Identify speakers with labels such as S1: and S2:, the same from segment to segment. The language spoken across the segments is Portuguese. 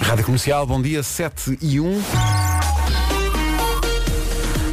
S1: Rádio Comercial, bom dia, 7 e 1.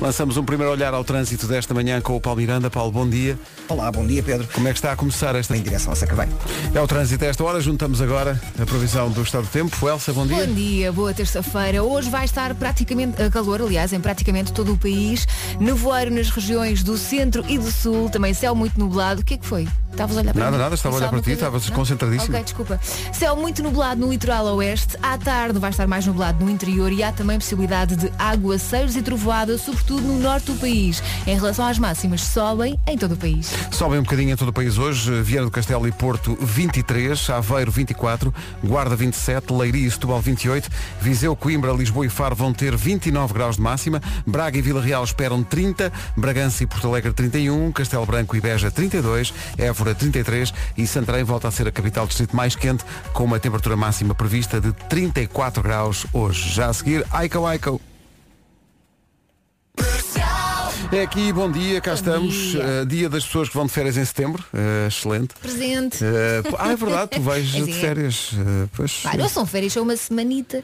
S1: Lançamos um primeiro olhar ao trânsito desta manhã com o Paulo Miranda. Paulo, bom dia.
S2: Olá, bom dia Pedro.
S1: Como é que está a começar esta...
S2: Em direção a Sacavém.
S1: É o trânsito a esta hora, juntamos agora a previsão do estado do tempo. Elsa, bom dia.
S3: Bom dia, boa terça-feira. Hoje vai estar praticamente a calor, aliás, em praticamente todo o país. Nevoeiro nas regiões do centro e do sul, também céu muito nublado. O que é que foi? Estavas a olhar para
S1: Nada,
S3: mim?
S1: nada, estava a olhar
S3: Pensava
S1: para ti,
S3: que-
S1: estavas
S3: Não?
S1: concentradíssimo.
S3: Ok, desculpa. Céu muito nublado no litoral oeste. À tarde vai estar mais nublado no interior e há também possibilidade de aguaceiros e trovoada, sobretudo no norte do país. Em relação às máximas, sobem em todo o país.
S1: Sobem um bocadinho em todo o país hoje. eh, Viana do Castelo e Porto 23, Aveiro 24, Guarda 27, Leiria e Setúbal 28, Viseu, Coimbra, Lisboa e Faro vão ter 29 graus de máxima, Braga e Vila Real esperam 30, Bragança e Porto Alegre 31, Castelo Branco e Beja 32, Évora 33 e Santarém volta a ser a capital do distrito mais quente com uma temperatura máxima prevista de 34 graus hoje. Já a seguir, Aiko Aiko. É aqui, bom dia, cá estamos.
S3: dia.
S1: Eh, dia das pessoas que vão de férias em setembro. Eh, excelente.
S3: Presente.
S1: Eh, pô- ah, é verdade, tu vais
S3: Pois
S1: de
S3: é.
S1: férias. Eh, pois,
S3: Pá, não são férias, é uma semanita.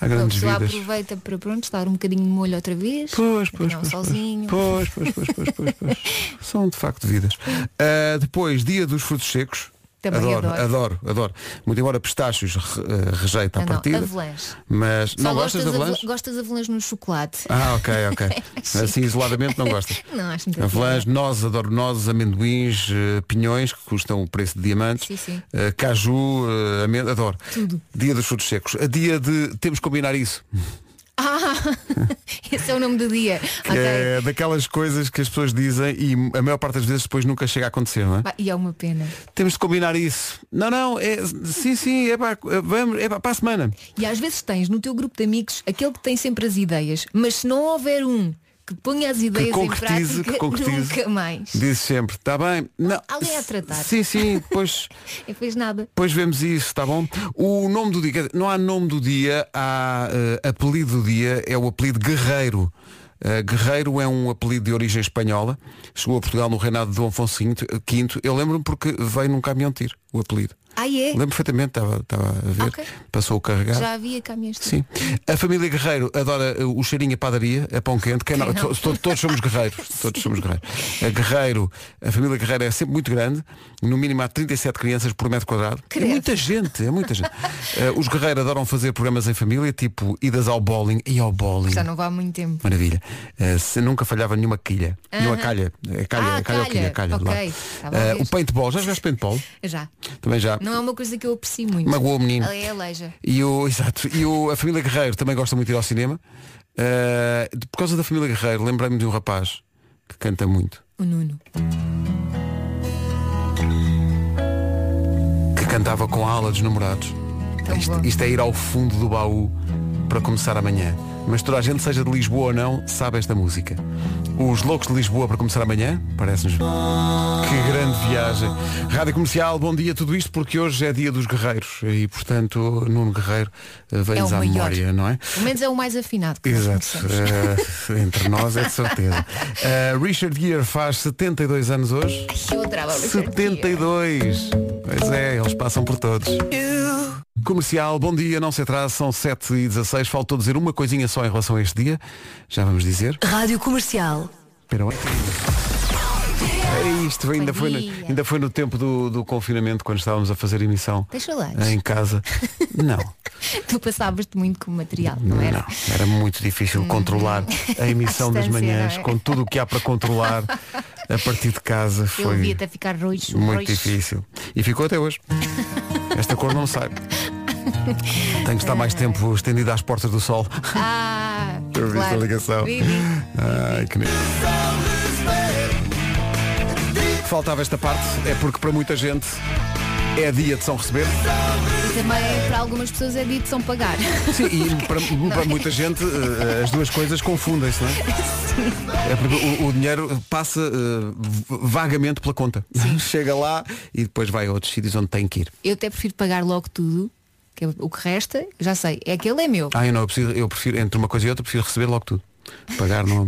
S1: Há grandes
S3: a pessoa
S1: vidas.
S3: aproveita para pronto, estar um bocadinho de molho outra vez.
S1: Pois, pois,
S3: apanhar
S1: pois,
S3: um
S1: pois.
S3: solzinho.
S1: Pois, pois, pois, pois, pois, pois. São de facto vidas. Ah, depois, dia dos frutos secos.
S3: Também
S1: adoro,
S3: adoro.
S1: adoro, adoro. Muito embora pistachios re, eh, rejeita à
S3: Ah, Não, não,
S1: partida.
S3: avelãs.
S1: Mas
S3: Só
S1: não gostas de
S3: avel-
S1: avelãs?
S3: Gostas de avelãs no chocolate.
S1: Ah, ok, ok. Assim isoladamente não gostas.
S3: Não, acho muito
S1: Avelãs, nozes, adoro nozes, amendoins, eh, pinhões, que custam o preço de diamantes.
S3: Sim, sim.
S1: Eh, caju, eh, amendo, adoro. Dia dos frutos secos. A dia de. Temos que combinar isso.
S3: Ah, esse é o nome do dia. Ok.
S1: É daquelas coisas que as pessoas dizem e a maior parte das vezes depois nunca chega a acontecer, não é?
S3: Pá, E é uma pena.
S1: Temos de combinar isso. Não, não, é, sim, sim, é para, vamos, é para, para a semana.
S3: E às vezes tens no teu grupo de amigos aquele que tem sempre as ideias, mas se não houver um que ponha as ideias
S1: concretize,
S3: em prática,
S1: que concretize.
S3: nunca mais.
S1: Diz sempre, está bem. Não,
S3: Alguém a tratar.
S1: Sim, sim, pois,
S3: E depois É, nada.
S1: pois vemos isso, está bom? O nome do dia, quer dizer, não há nome do dia, há eh, apelido do dia, é o apelido Guerreiro. Eh, Guerreiro é um apelido de origem espanhola, chegou a Portugal no reinado de Dom Afonso V. Eu lembro-me porque veio num caminhão de tiro, o apelido.
S3: Ah, é?
S1: Lembro perfeitamente, estava, estava a ver,
S3: Ok.
S1: passou o carregado.
S3: Já havia caminhões de-
S1: Sim. A família Guerreiro adora uh, o cheirinho a padaria, a pão quente. Quem não-
S3: Quem não?
S1: to- to- Todos somos guerreiros. Todos somos guerreiros. A Guerreiro, a família Guerreiro é sempre muito grande. No mínimo há 37 crianças por metro quadrado. É
S3: Credo.
S1: muita gente, é muita gente. Uh, os Guerreiro adoram fazer programas em família, tipo idas ao bowling e ao bowling.
S3: Já não vá há muito tempo.
S1: Maravilha. Eh, se nunca falhava nenhuma quilha. Nenhuma calha. É calha,
S3: Ah,
S1: é calha, ou quilha,
S3: calha.
S1: calha. lá.
S3: Ok, tá bom,
S1: Eh,
S3: vejo.
S1: o paintball, já jogaste paintball?
S3: Já.
S1: Também já.
S3: Não é uma coisa que eu aprecio muito.
S1: Magoou o menino.
S3: Ela é aleija.
S1: E o, exato, e o, a família Guerreiro também gosta muito de ir ao cinema. Uh, de- por causa da família Guerreiro, lembrei-me de um rapaz que canta muito.
S3: O Nuno.
S1: Que cantava com a ala dos namorados.
S3: Tão
S1: Isto,
S3: bom.
S1: isto é ir ao fundo do baú para começar amanhã. Mas toda a gente, seja de Lisboa ou não, sabe esta música. Os Loucos de Lisboa para começar amanhã, parece-nos. Que grande viagem. Rádio Comercial, bom dia, tudo isto porque hoje é dia dos guerreiros. E, portanto, Nuno Guerreiro eh,
S3: É
S1: veio-nos
S3: o
S1: à
S3: maior.
S1: memória, não é?
S3: Pelo menos é o mais afinado. que nós
S1: Exato.
S3: conhecemos.
S1: Eh, entre nós é de certeza. Eh, Richard Gere faz 72 anos hoje.
S3: Ai, eu adorava o Richard Gere.
S1: 72! Pois é, eles passam por todos. Comercial, bom dia, não se atrase, são 7 e 16 Faltou dizer uma coisinha só em relação a este dia. Já vamos dizer.
S4: Rádio Comercial.
S1: Espera aí. É isto, ainda foi, no, ainda foi no tempo do, do confinamento, quando estávamos a fazer emissão
S3: Deixa lá.
S1: em casa. Não.
S3: Tu passavas-te muito como material, não era? Hum.
S1: Não, era muito difícil controlar a emissão das
S3: distância,
S1: manhãs,
S3: não é?
S1: com tudo o que há para controlar a partir de casa.
S3: Eu
S1: Foi
S3: devia até ficar roxo.
S1: muito
S3: roxo.
S1: difícil. E ficou até hoje. Esta cor não sai. Tenho que estar mais tempo estendido às portas do sol.
S3: Ah,
S1: Eu vi essa
S3: claro.
S1: ligação.
S3: Vi, vi.
S1: Ai, que medo. Faltava esta parte, é porque para muita gente é dia de São Receber.
S3: E Também para algumas pessoas é dito são pagar.
S1: Sim, e para, para muita gente eh, as duas coisas confundem-se, não é? É porque o, o dinheiro passa eh, v- vagamente pela conta. Chega lá e depois vai a outros sítios onde tem que ir.
S3: Eu até prefiro pagar logo tudo, que é o que resta, já sei, é aquele é meu.
S1: Ah, eu não, eu prefiro, eu prefiro entre uma coisa e outra, prefiro receber logo tudo. Pagar não.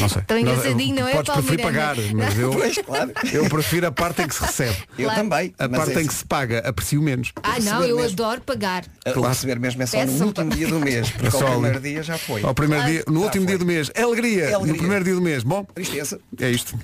S1: Não sei.
S3: Tão engraçadinho, não é,
S1: Podes
S3: Paulo
S1: preferir pagar,
S3: Miranda?
S1: mas eu,
S2: Pois, claro.
S1: eu prefiro a parte em que se recebe.
S2: Eu
S3: Claro.
S2: também.
S1: A
S2: mas
S1: parte
S2: é-
S1: em que se paga, aprecio menos.
S3: Ah,
S2: Receber
S3: não, eu
S2: mesmo.
S3: adoro pagar.
S2: o receber mesmo é só
S3: Peço-me.
S2: no último dia do mês, porque
S1: É Só
S2: ao
S1: ali.
S2: primeiro dia já foi.
S1: Ao primeiro dia, no
S2: já
S1: último
S2: foi.
S1: dia do mês. É alegria.
S2: Tá alegria.
S1: No primeiro dia do mês. Bom,
S2: Tristeza.
S1: é isto.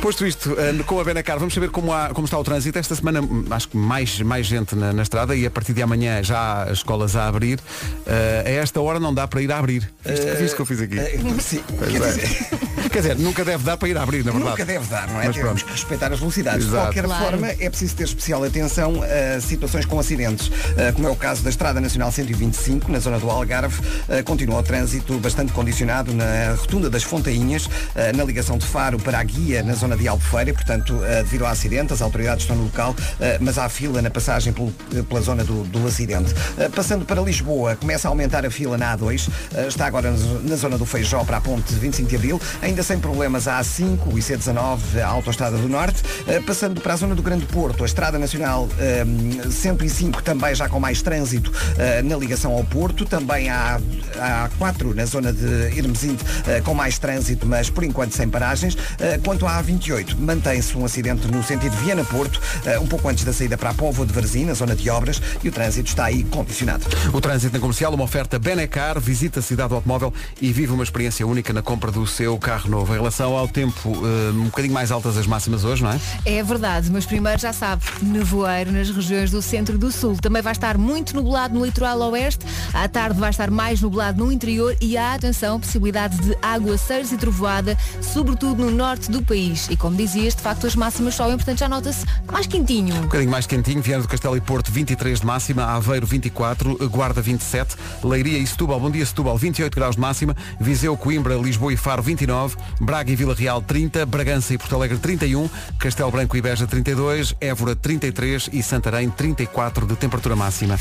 S1: Posto isto, eh, com a Benacar, vamos saber como, há- como está o trânsito. Esta semana hum, acho que mais, mais gente na, na estrada e a partir de amanhã já há as escolas a abrir. Eh, a esta hora não dá para ir a abrir. Viste, viste o é que eu fiz aqui?
S2: Eh, sim,
S1: Pois
S2: quer
S1: é.
S2: dizer,
S1: Quer dizer, nunca deve dar para ir a abrir, na verdade.
S2: Nunca deve dar, não é?
S1: Mas
S2: Temos
S1: pronto.
S2: que respeitar as velocidades.
S1: Exato.
S2: De qualquer
S3: Claro.
S2: forma, é preciso ter especial atenção a situações com acidentes, eh, como é o caso da Estrada Nacional 125, na zona do Algarve. eh, Continua o trânsito bastante condicionado na rotunda das Fontainhas, eh, na ligação de Faro para a Guia, na zona de Albufeira. Portanto, eh, devido ao acidente, as autoridades estão no local, eh, mas há fila na passagem pelo- eh, pela zona do, do acidente. Eh, Passando para Lisboa, começa a aumentar a fila na A2. eh, Está agora na zo- na zona do Feijó para a ponte 25 de Abril. Ainda sem problemas a A5, o IC19, a Autoestrada do Norte. Eh, Passando para a zona do Grande Porto, a Estrada Nacional eh, 105, também já com mais trânsito eh, na ligação ao Porto. Também a A4, na zona de Irmesinde, eh, com mais trânsito, mas por enquanto sem paragens. Eh, Quanto à A28, mantém-se um acidente no sentido Viana-Porto, eh, um pouco antes da saída para a Póvoa de Varzim, na zona de obras, e o trânsito está aí condicionado.
S1: O trânsito na comercial, uma oferta Benecar, visita a cidade do automóvel e vive uma experiência única na compra do seu carro novo. Em relação ao tempo, eh, um bocadinho mais altas as máximas hoje, não é?
S3: É verdade, mas primeiro já sabe, nevoeiro nas regiões do centro e do sul. Também vai estar muito nublado no litoral oeste, à tarde vai estar mais nublado no interior e há, atenção, possibilidade de aguaceiros e trovoada, sobretudo no norte do país. E como dizias, de facto as máximas sobem, portanto já nota-se mais quentinho.
S1: Um bocadinho mais quentinho, Viana do Castelo e Porto 23 de máxima, Aveiro 24, Guarda 27, Leiria e Setúbal, bom dia Setúbal, 28 graus de máxima, Viseu, Coimbra, Lisboa e Faro 29, Braga e Vila Real 30, Bragança e Porto Alegre 31, Castelo Branco e Beja 32, Évora 33 e Santarém 34 de temperatura máxima.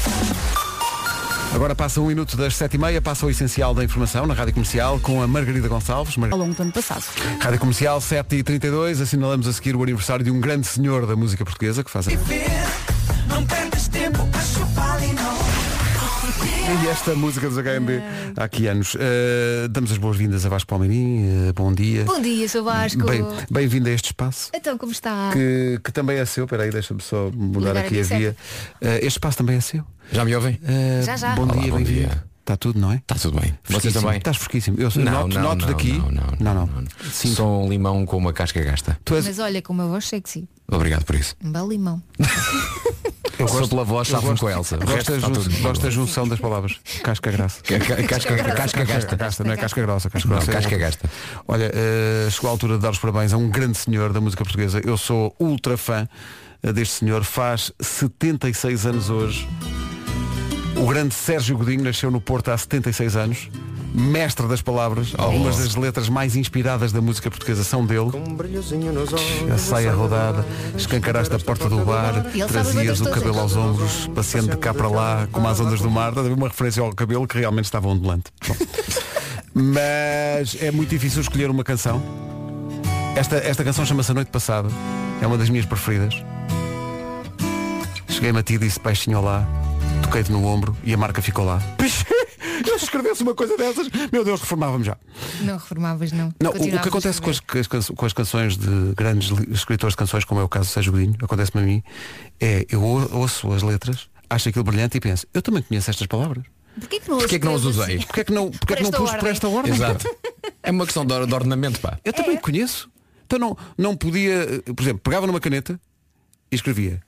S1: Agora passa um minuto das sete e meia, passa o essencial da informação na Rádio Comercial com a Margarida Gonçalves. Mar-
S4: ao longo do ano passado.
S1: Rádio Comercial 7h32, assinalamos a seguir o aniversário de um grande senhor da música portuguesa que faz... a-
S5: Não perdas tempo a chupar e não.
S1: E esta música dos HMB há aqui anos. Eh, damos as boas-vindas a Vasco Palmeirim, eh, bom dia.
S3: Bom dia, seu Vasco.
S1: Bem- Bem-vindo a este espaço.
S3: Então, como está?
S1: Que, que também é seu, peraí, deixa-me só mudar
S3: Ligar
S1: aqui a
S3: aqui,
S1: via. Eh, este espaço também é seu.
S6: Já me ouvem?
S1: Eh,
S3: Já, já.
S1: Bom
S6: Olá,
S1: dia,
S6: bom
S1: bem-vindo.
S6: dia.
S1: Está tudo, não é?
S6: Está tudo bem. Vocês
S1: Fresquíssimo.
S6: também?
S1: Estás fresquíssimo. Eu noto, noto daqui.
S6: Não, não, não.
S1: não.
S6: Sim. Sou um limão com uma casca gasta.
S1: Tu és-
S3: Mas olha, com uma voz sexy,
S6: Obrigado por isso.
S3: um belo limão.
S1: eu
S6: Só pela voz,
S1: eu
S6: sabe
S1: gosto-
S6: com a Elsa. O
S1: Gosto,
S6: resto
S1: da
S6: está
S1: jun-
S6: tudo muito
S1: gosto da
S6: bom.
S1: junção das palavras. Casca graça.
S6: Ca- ca- Casca, casca gasta.
S1: Gasta, não é casca grossa, casca
S6: Não,
S1: grossa. é
S6: casca
S1: outra.
S6: gasta.
S1: Olha, eh, chegou a altura de dar os parabéns a um grande senhor da música portuguesa. Eu sou ultra fã eh, deste senhor. Faz 76 anos hoje. O grande Sérgio Godinho nasceu no Porto há 76 anos. Mestre das palavras,
S6: Oh.
S1: algumas das letras mais inspiradas da música portuguesa são dele. A saia rodada, escancaraste a porta do bar,
S3: E ele sabe as
S1: trazias
S3: letras
S1: o
S3: todas.
S1: cabelo aos ombros, passeando de cá para lá, como as ondas do mar, Estás a ver uma referência ao cabelo que realmente estava ondulante. Bom. Mas é muito difícil escolher uma canção. Esta, esta canção chama-se A Noite Passada, é uma das minhas preferidas. Cheguei-me a ti e disse baixinho olá, toquei-te no ombro e a marca ficou lá. Eu se escrevesse uma coisa dessas, meu Deus, reformava-me já.
S3: Não reformavas, não.
S1: Não, o- o
S3: Continuavas
S1: que acontece
S3: a
S1: com as, com as canço- com as canções de grandes li- escritores de canções, como é o caso do Sérgio Godinho, acontece-me a mim, é eu ou- ouço as letras, acho aquilo brilhante e penso, eu também conheço estas palavras.
S3: Porquê que não,
S6: Porquê que não os
S3: escrevo assim?
S6: usei?
S1: Porquê é que não, porquê é que
S3: Por
S1: não
S3: esta
S1: pus por
S3: ordem.
S1: esta ordem?
S6: Exato. É uma questão de, or- de ornamento, pá.
S1: Eu também conheço. Então não, não podia, eh, por exemplo, pegava numa caneta e escrevia,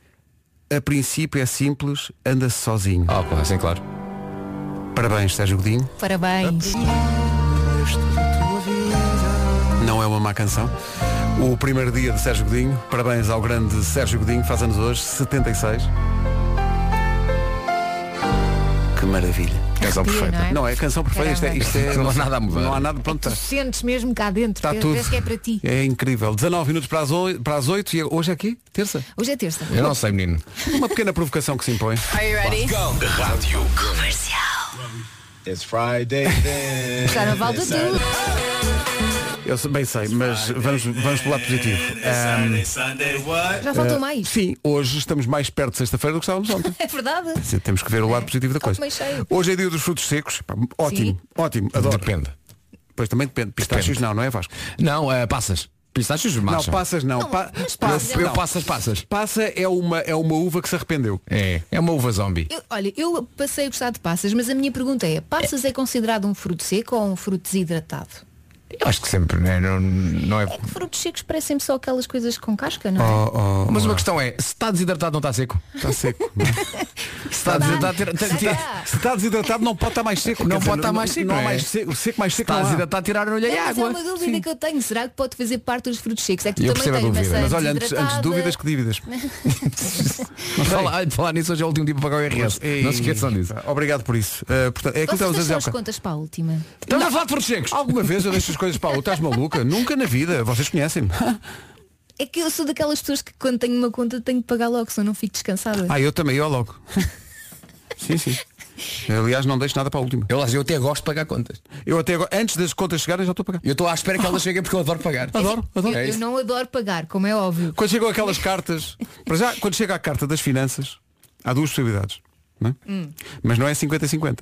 S1: a princípio é simples, anda-se sozinho.
S6: Ah, pá, sim, claro.
S1: Parabéns, Sérgio Godinho.
S3: Parabéns.
S1: Não é uma má canção. O primeiro dia de Sérgio Godinho. Parabéns ao grande Sérgio Godinho, faz anos hoje, 76. Que maravilha.
S6: Canção
S3: Arrepia,
S6: perfeita.
S3: não é?
S1: Não, é canção perfeita. Isto é, isto é-
S6: Não há nada a mudar.
S1: Não há nada, pronto.
S3: Tu
S1: está-
S3: sentes mesmo cá dentro.
S1: Está
S3: parece
S1: Tá tudo.
S3: que é para ti.
S1: É incrível. 19 minutos para as, oi- para as 8 e hoje é aqui? Terça?
S3: Hoje é terça.
S6: Eu não sei, menino.
S1: Uma pequena provocação que se impõe.
S7: It's Friday then.
S3: Já não vale de tudo.
S1: Eu Eu se- bem sei, mas vamos, vamos pelo lado positivo. Ahm,
S3: Já
S1: É.
S3: faltou mais.
S1: sim, hoje estamos mais perto de sexta-feira do que estávamos ontem.
S3: É verdade.
S1: Sim, Temos que ver o lado positivo da
S3: Copo
S1: coisa.
S3: meio cheio.
S1: Hoje é dia dos frutos secos. Pá, Ótimo,
S3: Sim.
S1: ótimo, adoro.
S6: Depende.
S1: Pois também depende. Pistachios
S6: Depende.
S1: não, não é Vasco?
S6: Não, eh, passas. Pistachos marcham.
S1: Não, passas não.
S3: Não,
S1: Pa-
S3: mas
S1: passa,
S3: passas.
S6: Eu
S1: não.
S6: passas, passas.
S1: Passa é uma, é uma uva que se arrependeu.
S6: É, é uma uva zombie.
S3: Eu- olha, eu passei a gostar de passas, mas a minha pergunta é, passas é considerado um fruto seco ou um fruto desidratado?
S6: Eu acho que sempre, né? não, não é.
S3: Que frutos secos parecem só aquelas coisas com casca,
S6: Oh,
S1: Oh.
S3: não é?
S6: Mas uma questão é, se está desidratado não está seco?
S1: Está seco.
S6: Se está desidratado, tira- tira- tira- se
S3: Está.
S1: se está desidratado não pode estar mais seco.
S6: Não
S1: Quer dizer,
S6: pode estar mais seco,
S1: Não há
S6: não é?
S1: mais seco, seco mais seco.
S6: está
S1: não há.
S6: desidratado, tirar-lhe
S3: Não,
S6: a
S3: mas é
S6: água.
S3: uma dúvida que eu tenho. Será que pode fazer parte dos frutos secos? É que tu
S6: Eu
S3: também
S6: percebo a
S3: tens
S6: dúvida.
S3: maçã
S1: Mas olha, antes, antes
S3: desidratada.
S1: dúvidas que
S3: é.
S1: dívidas.
S6: Não sei. Falar, falar nisso hoje é o último dia para pagar o IRS. Não se esqueçam disso.
S1: Pá, ah, Obrigado por isso. Uh, portanto, é aquilo que
S3: Vocês
S1: estávamos a dizer
S3: deixam
S1: há
S3: as
S1: bocado.
S3: contas para a última.
S6: Estamos a falar de frutos secos.
S1: Alguma vez eu deixo as coisas para a outra, estás maluca? Nunca na vida, vocês conhecem-me.
S3: É que eu sou daquelas pessoas que quando tenho uma conta tenho que pagar logo, senão não fico descansada.
S1: Ah, eu também, eu logo. Sim, sim. Aliás, não deixo nada para a última.
S6: Eu, lá- eu até gosto de pagar contas.
S1: Eu até agora, antes das contas chegarem, já estou a pagar.
S6: Eu estou à espera que elas cheguem porque eu adoro pagar.
S1: Adoro, adoro.
S3: eu,
S6: É
S3: eu
S6: isso.
S3: não adoro pagar, como é óbvio.
S1: Quando chegam aquelas cartas, para já, quando chega a carta das finanças, há duas possibilidades. Não é? Mas não é 50-50.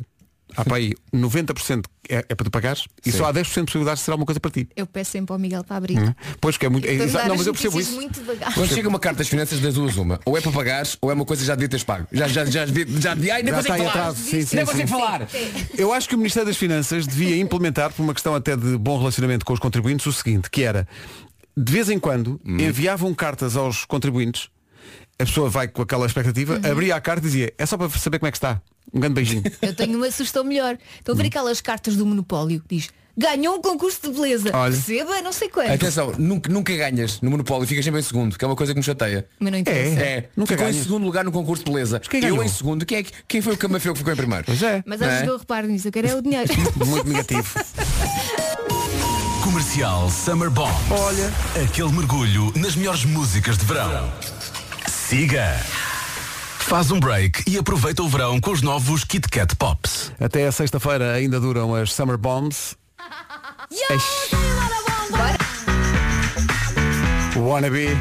S1: Há para aí 90% é, é para tu pagares e
S6: Sim.
S1: só há 10% de possibilidade de ser alguma coisa para ti.
S3: Eu peço sempre ao Miguel para abrir.
S1: não é? Pois que é muito. É,
S3: Para me
S1: exa-
S3: dar
S1: não,
S3: Então
S1: mas
S3: as
S1: eu percebo
S3: notícias
S1: isso.
S3: Muito devagar.
S6: Quando chega uma carta das finanças das duas uma, ou é para pagares, ou é uma coisa que já devia teres pago. Já, já, já, devia- já, devia- ai, nem
S1: Já
S6: consigo
S1: está em
S3: é
S6: falar.
S1: atraso, sim, sim,
S6: nem
S1: sim.
S6: consigo falar.
S1: Eu acho que o Ministério das Finanças devia implementar, por uma questão até de bom relacionamento com os contribuintes, o seguinte, que era, de vez em quando, enviavam cartas aos contribuintes, a pessoa vai com aquela expectativa, abria a carta e dizia, é só para saber como é que está. Um grande beijinho.
S3: Eu tenho uma sugestão melhor. Estão a
S1: Uhum.
S3: ver aquelas cartas do monopólio? Diz, ganhou um concurso de beleza.
S1: Olha.
S3: Receba não sei quanto.
S6: Atenção, nunca, nunca ganhas no Monopólio, ficas sempre em segundo, que é uma coisa que me chateia.
S3: Mas não interessa.
S1: É. Nunca
S6: nunca ficou
S1: ganhas.
S6: em segundo lugar no concurso de beleza.
S1: quem
S6: eu
S1: ganhou?
S6: em segundo, quem, é que- quem foi o camafeu que ficou em primeiro?
S1: Pois é.
S3: Mas
S6: Não
S3: às vezes
S6: é?
S3: eu reparo nisso, eu quero é o dinheiro.
S1: Muito negativo.
S4: Comercial Summer Bombs. Olha. Aquele mergulho nas melhores músicas de verão. Siga. Faz um break e aproveita o verão com os novos Kit Kat Pops.
S1: Até a sexta-feira ainda duram as Summer Bombs. Eish. Wannabe.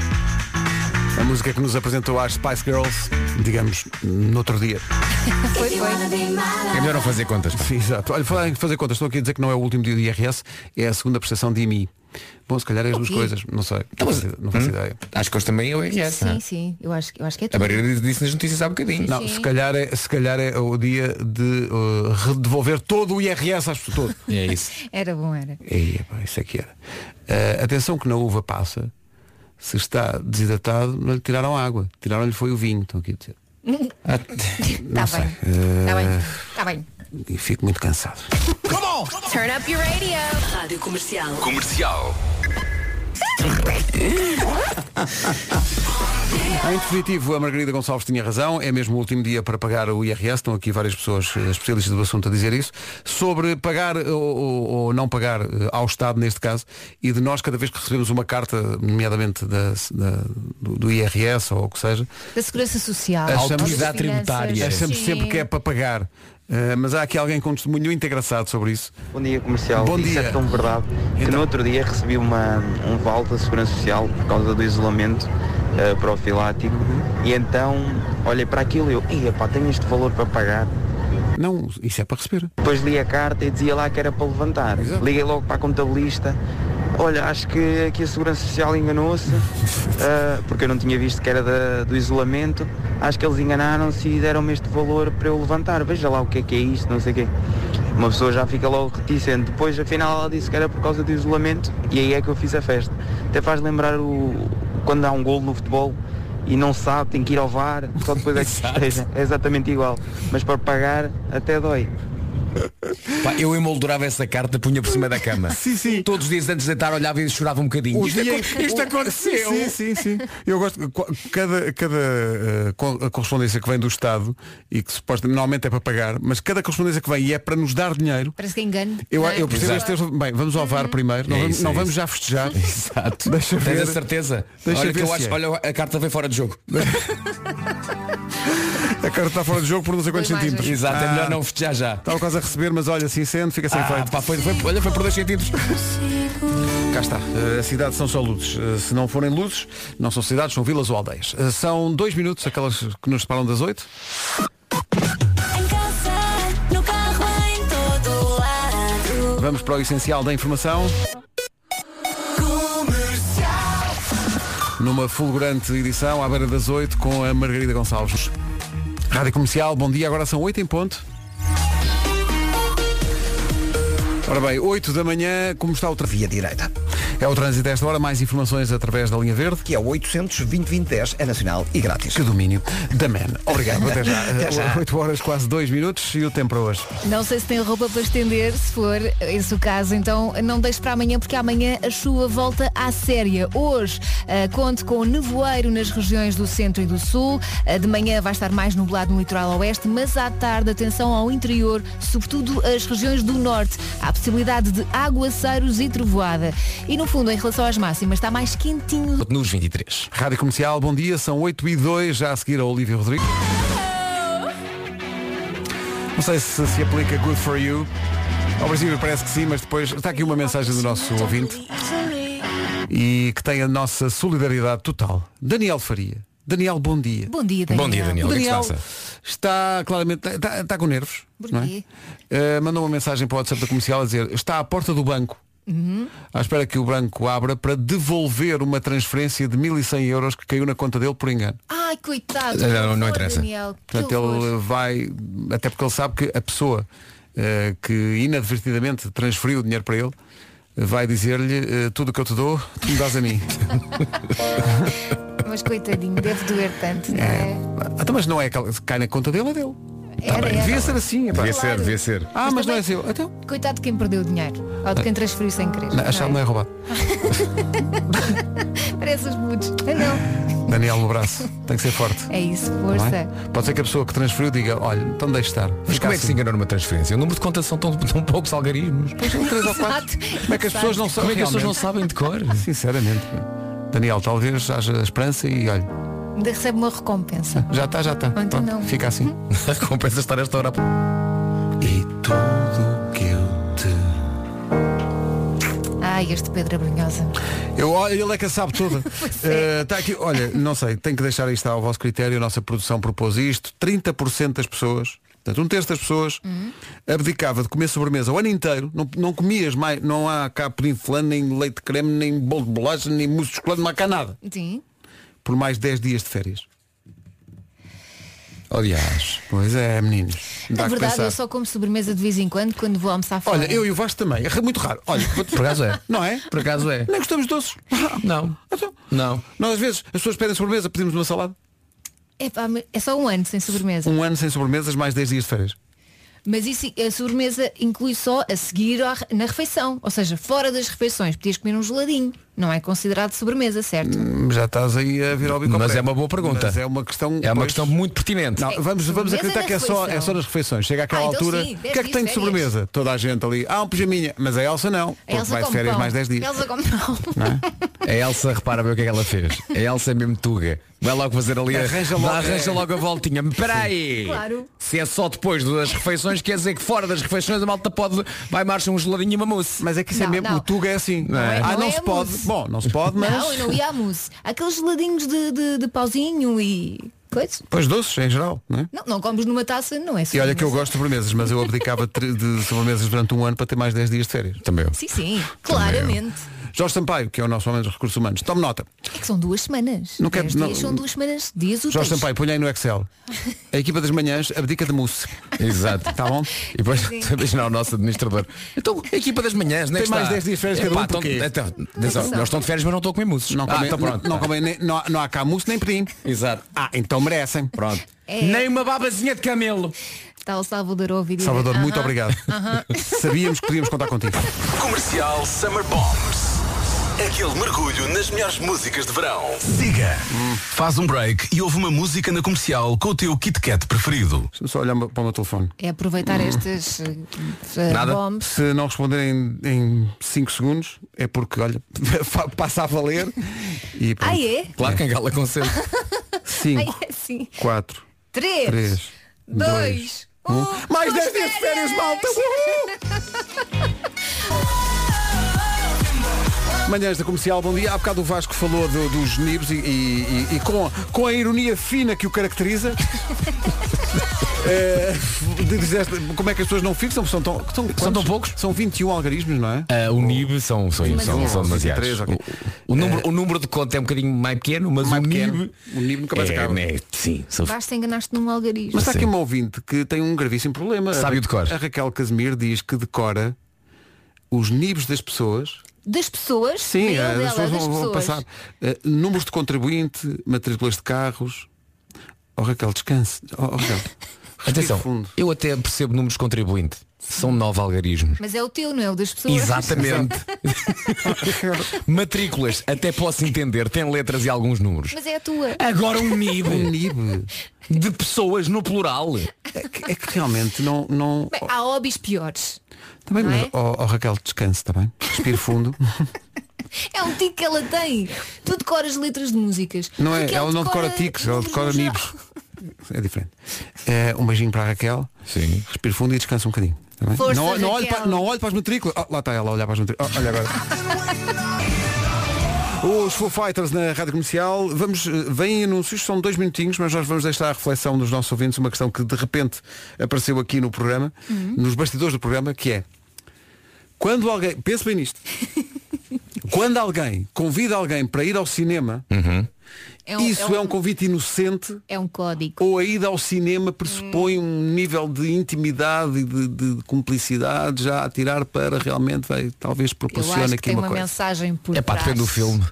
S1: A música que nos apresentou às Spice Girls, digamos, no outro dia.
S3: Foi, foi.
S6: É melhor não fazer contas. pá.
S1: Sim, exato. Olha, falar em fazer contas, estou aqui a dizer que não é o último dia do IRS, é a segunda prestação de IMI. Bom, se calhar é as duas
S3: quê?
S1: coisas, não sei. Não faço, ideia, não faço ideia.
S6: Acho que hoje também é o IRS. não é?
S3: Sim, sim, eu acho, eu acho que é
S6: A
S3: tudo.
S6: barreira disse nas notícias há bocadinho.
S1: Não, se calhar, é, se calhar é o dia de uh, redevolver todo o IRS às pessoas. todo.
S6: É isso.
S3: Era bom, era.
S1: Ei, epá, isso é que era. Ah, atenção que na uva passa, se está desidratado, não lhe tiraram água. Tiraram-lhe foi o vinho, estão aqui a dizer.
S3: Está Tá bem.
S1: eh,
S3: Está bem. Está bem.
S1: E fico muito cansado.
S3: Turn up your radio.
S7: Rádio Comercial.
S4: Comercial.
S1: Em definitivo, a Margarida Gonçalves tinha razão, é mesmo o último dia para pagar o IRS, estão aqui várias pessoas eh, especialistas do assunto a dizer isso, sobre pagar eh, ou, ou- ou não pagar eh, ao Estado, neste caso, e de nós, cada vez que recebemos uma carta, nomeadamente da, da- do, do IRS ou o que seja,
S3: Da segurança social.
S1: Achamos-
S6: Autoridade tributária. Yes.
S1: achamos sempre que é para pagar. Eh, mas há aqui alguém com testemunho integraçado sobre isso.
S8: Bom dia comercial,
S1: Bom
S8: isso
S1: dia.
S8: é tão verdade que
S1: Então.
S8: no outro dia recebi uma, um vale da Segurança Social por causa do isolamento eh, profilático
S1: Uhum.
S8: e então olhei para aquilo e eu, ia pá, tenho este valor para pagar.
S1: Não, isso é para receber.
S8: Depois li a carta e dizia lá que era para levantar.
S1: Exato.
S8: Liguei logo para a contabilista. Olha, acho que aqui a Segurança Social enganou-se, eh, porque eu não tinha visto que era da- do isolamento. Acho que eles enganaram-se e deram-me este valor para eu levantar. Veja lá o que é que é isto, não sei o quê. Uma pessoa já fica logo reticente. Depois, afinal, ela disse que era por causa do isolamento e aí é que eu fiz a festa. Até faz lembrar o, quando há um gol no futebol e não sabe, tem que ir ao VAR, só depois é que se festeja. É exatamente igual. Mas para pagar, até dói.
S6: Pá, eu emoldurava essa carta, punha por cima da cama.
S1: Sim, sim.
S6: Todos os dias antes de deitar olhava e chorava um bocadinho.
S1: O
S6: Isto
S1: dia
S6: aco-
S1: em que-
S6: isto
S1: é o-
S6: aconteceu.
S1: Sim, sim, sim. Eu gosto. co- Cada, cada eh, co- a correspondência que vem do Estado e que supostamente normalmente é para pagar, mas cada correspondência que vem e é para nos dar dinheiro.
S3: Parece que é engano.
S1: Eu,
S3: não é?
S1: eu percebo este
S6: Exato.
S1: texto. Bem, vamos ao VAR primeiro. Não,
S6: É
S1: vamos-
S6: isso,
S1: não
S6: é
S1: vamos
S6: isso.
S1: já festejar.
S6: Exato.
S1: Deixa
S6: Tens
S1: ver.
S6: a certeza?
S1: Deixa
S6: olha,
S1: ver
S6: que eu
S1: se
S6: acho,
S1: é.
S6: olha, a carta vem fora de jogo.
S1: A carta está fora de jogo por não sei quantos
S3: Foi mais,
S1: centímetros.
S6: Exato, é
S1: Ah,
S6: melhor não festejar já.
S1: Estava quase a receber, mas olha, assim sendo, fica sem
S6: Ah,
S1: efeito.
S6: pá, foi, foi, olha, foi por dois centímetros.
S1: Cá está. Eh, A cidade são só luzes. Eh, Se não forem luzes, não são cidades, são vilas ou aldeias. Eh, São dois minutos, aquelas que nos separam das oito.
S7: Em casa, no carro, em todo lado.
S1: Vamos para o essencial da informação. Numa fulgurante edição, à beira das oito, com a Margarida Gonçalves. Rádio Comercial, bom dia, agora são oito em ponto. Ora bem, oito da manhã, como está o trânsito?
S2: Via direita.
S1: É o trânsito a esta hora, mais informações através da linha verde.
S2: Que é o 800 é nacional e grátis.
S1: Que domínio da Man. Obrigado, até já.
S2: Até já.
S1: 8 horas, quase 2 minutos e o tempo para hoje.
S3: Não sei se tem roupa para estender, se for esse o caso, então não deixe para amanhã, porque amanhã a chuva volta à séria. Hoje ah, conto com nevoeiro nas regiões do centro e do sul. Ah, de manhã vai estar mais nublado no litoral oeste, mas à tarde atenção ao interior, sobretudo as regiões do norte. Há possibilidade de aguaceiros e trovoada. E no fundo, em relação às máximas, está mais quentinho
S6: Nos 23.
S1: Rádio Comercial, bom dia, são 8 e 2 já a seguir a Olívia Rodrigues. Não sei se se aplica Good For You. Ao princípio parece que sim, mas depois está aqui uma mensagem do nosso ouvinte e que tem a nossa solidariedade total. Daniel Faria. Daniel, bom dia.
S3: Bom dia, Daniel.
S6: Bom dia, Daniel.
S1: O
S6: O que é que
S1: Daniel
S6: se passa?
S1: está claramente está, está- está com nervos.
S3: Por
S1: não é?
S3: quê?
S1: Eh, mandou uma mensagem para o WhatsApp da comercial a dizer está à porta do banco. À espera que o banco abra para devolver uma transferência de 1.100 euros que caiu na conta dele por engano.
S3: Ai, coitado.
S6: Não, não
S3: por favor,
S6: interessa.
S3: Daniel, que
S1: Portanto,
S3: horror.
S1: ele vai, até porque ele sabe que a pessoa eh, que inadvertidamente transferiu o dinheiro para ele vai dizer-lhe eh, tudo o que eu te dou, tu me dás a mim. eh,
S3: Mas coitadinho, deve doer tanto, não é?
S1: Ah, então, mas não é aquela- se cai na conta dele, é dele.
S3: Era, era.
S1: Devia ser assim. epá.
S6: Tá Devia ser, devia ser.
S1: Ah, mas,
S3: Mas
S1: não é
S3: também-
S1: seu. Então,
S3: Coitado de quem perdeu o dinheiro. Ou de quem transferiu sem querer.
S1: não, a chave não é roubada.
S3: Parece os mudos. Ah, não.
S1: Daniel no braço, tem que ser forte.
S3: É isso,
S1: não
S3: força.
S1: é? Pode ser que a pessoa que transferiu diga, olha, então deixe estar.
S6: Mas
S1: Fica
S6: como é que se
S1: assim.
S6: enganou numa transferência? O número de contas são tão, tão poucos algarismos.
S1: Três ou quatro.
S3: Exato.
S1: Como é que as pessoas não
S6: Como
S1: sabem?
S6: é que as pessoas não
S1: realmente?
S6: sabem de cor?
S1: Sinceramente. Daniel, talvez haja esperança e olha,
S3: Ainda recebe uma recompensa.
S1: já
S6: tá,
S1: está, já está.
S3: Então
S1: Pronto,
S3: não. Uhum.
S1: Fica assim.
S6: Compensa estar esta hora. a-
S1: E tudo que eu te. Ah.
S3: Ai, este Pedro Abrunhosa.
S1: Eu, olha, ele é que a sabe tudo.
S3: é.
S1: Está aqui, olha, não sei, tenho que deixar isto ao vosso critério, a nossa produção propôs isto. 30% das pessoas, portanto, um terço das pessoas
S3: Uhum.
S1: abdicava de comer sobremesa o ano inteiro, não, não comias mais, não há cá pudim de flan, nem leite de creme, nem bolo de bolacha, nem mousse de chocolate, não há cá nada.
S3: Sim.
S1: Por mais 10 dias de férias.
S6: Aliás.
S1: Pois é, meninos. Dá
S3: Na
S1: que
S3: verdade,
S1: pensar.
S3: eu só como sobremesa de vez em quando, quando vou almoçar fora.
S1: Olha, eu e o Vasco também. É muito raro. Olha,
S6: Por acaso é.
S1: não é?
S6: Por acaso é.
S1: Nem gostamos de doces.
S6: Não.
S1: Então,
S6: Não.
S1: Nós às vezes as pessoas pedem sobremesa, pedimos uma salada.
S3: Epá, mas É só um ano sem sobremesa.
S1: Um ano sem sobremesas, mais 10 dias de férias.
S3: Mas isso, a sobremesa inclui só a seguir à- na refeição. Ou seja, fora das refeições. Podias comer um geladinho. Não é considerado sobremesa, certo?
S1: Hum, Já estás aí a virar o bico. ao
S6: Mas
S1: prego.
S6: é uma boa pergunta.
S1: Mas é uma questão.
S6: É uma
S1: pois,
S6: questão muito pertinente.
S1: Não, vamos, vamos
S3: Sobremesa
S1: acreditar
S3: na
S1: que é só, é
S3: refeição.
S1: só nas refeições. Chega àquela
S3: Ah, então
S1: altura.
S3: sim,
S1: o
S3: 10
S1: que é que
S3: dias
S1: tem de
S3: de férias.
S1: sobremesa? Toda a gente ali. Ah, um pijaminha. Mas a Elsa não. Porque
S3: Elsa
S1: vai de
S3: come
S1: férias
S3: pão.
S1: mais 10 dias. é?
S3: Elsa come pão.
S6: A Elsa, repara bem o que é que ela fez. A Elsa é mesmo tuga. Vai logo fazer ali a-
S1: Arranja logo,
S6: dá- arranja
S1: é.
S6: logo a voltinha. Espera aí.
S3: Claro.
S6: Se é só depois das refeições, quer dizer que fora das refeições a malta pode. Vai marcha um geladinho e uma mousse.
S1: Mas é que isso é
S3: Não,
S1: mesmo.
S3: não.
S1: O Tuga é assim.
S3: é-
S1: ah,
S3: não
S1: não
S3: é
S1: se pode.
S3: mousse.
S1: Bom, não se pode, mas.
S3: Não, eu não ia à mousse. Aqueles geladinhos de, de, de pauzinho e coisa.
S1: Pois doces, em geral, não é?
S3: Não, não comes numa taça, não é
S1: E olha que eu
S3: sobremesa.
S1: gosto de sobremesas, mas eu abdicava de de sobremesas durante um ano para ter mais 10 dias de férias.
S6: Também.
S3: Sim, sim, claramente.
S1: Jorge Sampaio, que é o nosso homem dos recursos humanos, tome nota.
S3: É que são duas semanas.
S1: Não quero-
S3: Dez
S1: não-
S3: dias são duas semanas, dias úteis.
S1: Jorge Sampaio, ponha aí no Excel. A equipa das manhãs abdica de mousse.
S6: Exato.
S1: Tá bom?
S6: E depois imaginar o nosso administrador. Então, a equipa das manhãs, né?
S1: Tem mais 10 dias de férias cada um,
S6: então,
S1: porquê?
S6: Nós estão de férias, mas não estou a comer mousses.
S1: Não comem,
S6: ah, tá pronto.
S1: não, não comem nem- não, há- não há cá mousse nem pedim.
S6: Exato.
S1: Ah, então merecem.
S6: Pronto.
S3: É.
S6: Nem uma babazinha de camelo.
S3: Está o Salvador a ouvir. e-
S1: Salvador, muito
S3: Aham.
S1: obrigado. Sabíamos que podíamos contar contigo.
S4: Comercial Summer Bombs. Aquele mergulho nas melhores músicas de verão. Siga. Faz um break e ouve uma música na comercial com o teu Kit Kat preferido.
S1: Deixa-me só olhar para o meu telefone.
S3: É
S1: Uhum.
S3: aproveitar estas eh, eh,
S6: Nada.
S3: bombs.
S1: Se não responderem em 5 segundos, é porque, olha, fa- passa a valer. E
S3: Ah, é?
S6: Claro que a gala consente.
S3: Ai,
S1: 5,
S3: é sim.
S1: 4,
S3: 3,
S1: Três,
S3: 2, 1.
S1: Mais 10 dias de Um. férias, malta! Manhãs da Comercial, bom dia. Há bocado o Vasco falou do- dos nibs e, e- e- e com, com a ironia fina que o caracteriza. eh, de- dizeste como é que as pessoas não fixam? São tão, são,
S6: tão
S1: quantos?
S6: poucos?
S1: São 21 algarismos, não é?
S6: Ah, o NIB são, são, são, são demasiados.
S1: 23, ok.
S6: o, o número, o número de conta é um bocadinho É. mais pequeno, mas
S1: Mais
S6: o
S1: pequeno.
S6: NIB.
S1: O NIB nunca mais
S6: é,
S1: acaba.
S6: né, sim, são
S3: Basta enganaste num algarismo.
S1: Mas está aqui
S6: Sim.
S1: um ouvinte que tem um gravíssimo problema.
S6: Sabe o de cor.
S1: A Raquel Casimir diz que decora os nibs das pessoas
S3: Das pessoas,
S1: Sim,
S3: dele,
S1: as
S3: dela,
S1: pessoas vão,
S3: das
S1: vão
S3: pessoas.
S1: passar. Eh, números de contribuinte, matrículas de carros. Oh Raquel, descanse. Oh, oh, Raquel. Respire
S6: Atenção,
S1: fundo.
S6: eu até percebo números de contribuinte. São nove algarismos.
S3: Mas é o teu, não é o das pessoas.
S6: Exatamente. Matrículas, até posso entender, tem letras e alguns números.
S3: Mas é a tua.
S6: Agora um
S1: Um
S6: NIB
S1: NIB.
S6: de pessoas no plural.
S1: É que, é que realmente não. não...
S3: Bem, há hobbies piores.
S1: Também,
S3: não
S1: mas,
S3: é?
S1: oh, oh, Raquel, descanse também. Respire fundo.
S3: É um tique que ela tem. Tu decoras letras de músicas.
S1: Não é?
S3: Raquel
S1: Ela não decora tiques, ela
S3: números
S1: decora
S3: no geral.
S1: nibs. É diferente. Eh, um beijinho para a Raquel.
S6: Sim.
S1: Respire fundo e descansa um bocadinho. Tá bem?
S3: Força,
S1: não, não, olhe
S3: Raquel.
S1: para, não olhe para as matrículas. Oh, lá está ela a olhar para as matrículas. Oh, olha agora. Os Foo Fighters na Rádio Comercial, vamos, eh, vêm anúncios, são dois minutinhos, mas nós vamos deixar à reflexão dos nossos ouvintes uma questão que de repente apareceu aqui no programa,
S3: Uhum.
S1: nos bastidores do programa, que é quando alguém, pense bem nisto, quando alguém convida alguém para ir ao cinema,
S3: É um-
S1: isso é um convite inocente
S3: É um código.
S1: ou a ida ao cinema pressupõe um nível de intimidade e de, de cumplicidade já a tirar para realmente vai, talvez
S3: Eu
S1: proporcione
S3: acho que
S1: aqui
S3: tem
S1: uma,
S3: uma,
S1: coisa.
S3: mensagem por
S6: É pá,
S3: trás.
S6: depende do filme.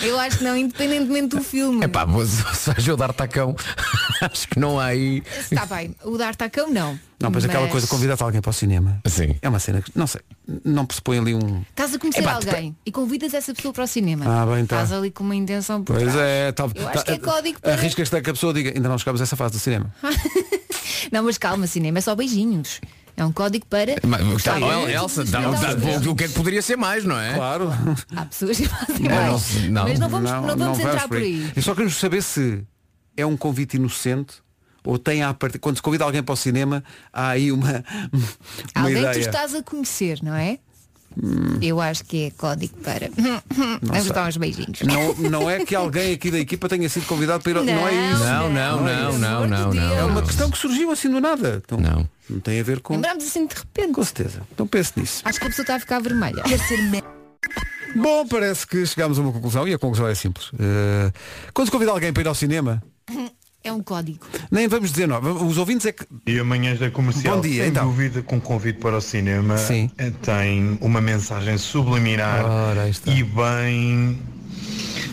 S3: Eu acho que não, independentemente do filme.
S6: É pá, mas se vais eu dar tacão, acho que não há aí.
S3: Está tá bem, o dar tacão não.
S1: Não, mas, aquela coisa, convidar alguém para o cinema.
S6: Sim.
S1: É uma cena que, não sei, não pressupõe ali um.
S3: Estás a conhecer
S6: Epá,
S3: alguém e convidas essa pessoa para o cinema.
S1: Ah, bem, tá.
S3: Estás ali com uma intenção por
S1: Pois
S3: trás.
S1: é, tal,
S3: Eu acho que é
S1: tal-
S3: código para-
S1: Arriscas-te a que a pessoa diga, ainda não chegámos a essa fase do cinema.
S3: Não, mas calma, cinema é só beijinhos. É um código para.
S6: Mas,
S3: Gostar
S6: tá,
S3: muito,
S6: oh, Elsa, tá,
S3: gostar
S6: tá,
S3: muito.
S6: o que é que poderia ser mais, não é?
S1: Claro.
S3: Há pessoas que fazem
S6: Não,
S3: mais.
S6: não,
S3: Mas não vamos, não, vamos entrar por aí.
S1: E só queremos saber se é um convite inocente ou tem a partir. Quando se convida alguém para o cinema, há aí uma. uma
S3: Alguém
S1: ideia. Hum.
S3: que tu estás a conhecer, não é? Eu acho que é código para. vamos dar uns beijinhos.
S1: Não, não é que alguém aqui da equipa tenha sido convidado para ir ao... Não, é isso.
S6: Não, não, não, não, não, não.
S1: É uma questão que surgiu assim do nada. Então,
S6: Não.
S1: Não tem a ver com...
S3: Lembramos assim de repente.
S1: Com certeza. Então pense nisso.
S3: Acho que a pessoa está a ficar vermelha.
S1: Bom, parece que chegámos a uma conclusão e a conclusão é simples. Eh, quando se convida alguém para ir ao cinema,
S3: É um código.
S1: nem vamos dizer nós. Os ouvintes é que...
S9: E amanhã da comercial,
S1: Bom dia,
S9: sem
S1: então.
S9: dúvida que um convite para o cinema
S1: Sim.
S9: eh, tem uma mensagem subliminar
S1: Ora, aí está.
S9: e bem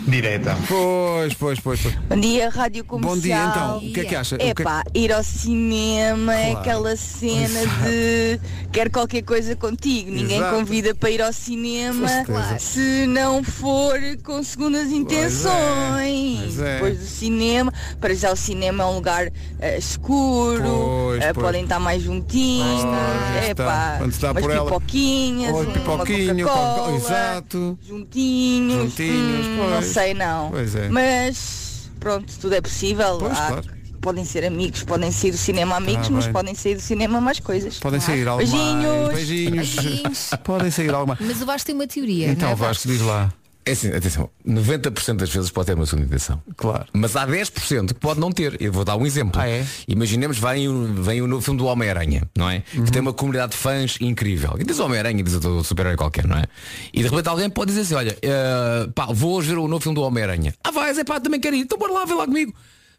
S9: direta.
S1: Pois, pois, pois. pois.
S10: Bom dia, Rádio
S1: Bom
S10: Comercial.
S1: dia, então. O que é que acha? O que é que-
S10: Epá, ir ao cinema é aquela cena de quer qualquer coisa contigo. Ninguém
S1: Exato.
S10: convida para ir ao cinema
S1: Com certeza. é.
S10: se não for com segundas intenções.
S1: pois é.
S10: Depois do cinema, para já o cinema é um lugar eh, escuro,
S1: Pois,
S10: eh,
S1: pois.
S10: podem estar mais juntinhos.
S1: Pois está.
S10: Epá,
S1: Quando se dá
S10: umas
S1: por ela.
S10: pipoquinhas,
S1: Oi,
S10: uma
S1: pipoquinho,
S10: Coca-Cola,
S1: Coca-Cola, exato.
S10: juntinhos,
S1: Juntinhos,
S10: hum, não
S1: pois.
S10: sei não.
S1: Pois é.
S10: Mas pronto, tudo é possível.
S1: Pois,
S10: Há-
S1: claro.
S10: Podem ser amigos, podem sair do cinema amigos, mas
S1: Ah, bem.
S10: podem sair do cinema mais coisas.
S1: Podem sair algo mais.
S10: Beijinhos.
S1: Beijinhos.
S3: Beijinhos.
S1: Podem sair algo mais.
S3: Mas o Vasco tem uma teoria. não
S1: Então,
S3: é,
S1: Vasco, diz lá.
S6: É assim, atenção, 90% das vezes pode ter uma segunda intenção.
S1: Claro.
S6: Mas há 10% que pode não ter. Eu vou dar um exemplo.
S1: Ah, é?
S6: Imaginemos, vem, o- vem o novo filme do Homem-Aranha, não é?
S1: Uhum.
S6: Que tem uma comunidade de fãs incrível. E diz o Homem-Aranha, e diz o super-herói qualquer, não é? E de repente alguém pode dizer assim, olha, eh, pá, vou hoje ver o novo filme do Homem-Aranha. Ah, vais, é pá, também quero ir. Então bora lá, vê lá comigo.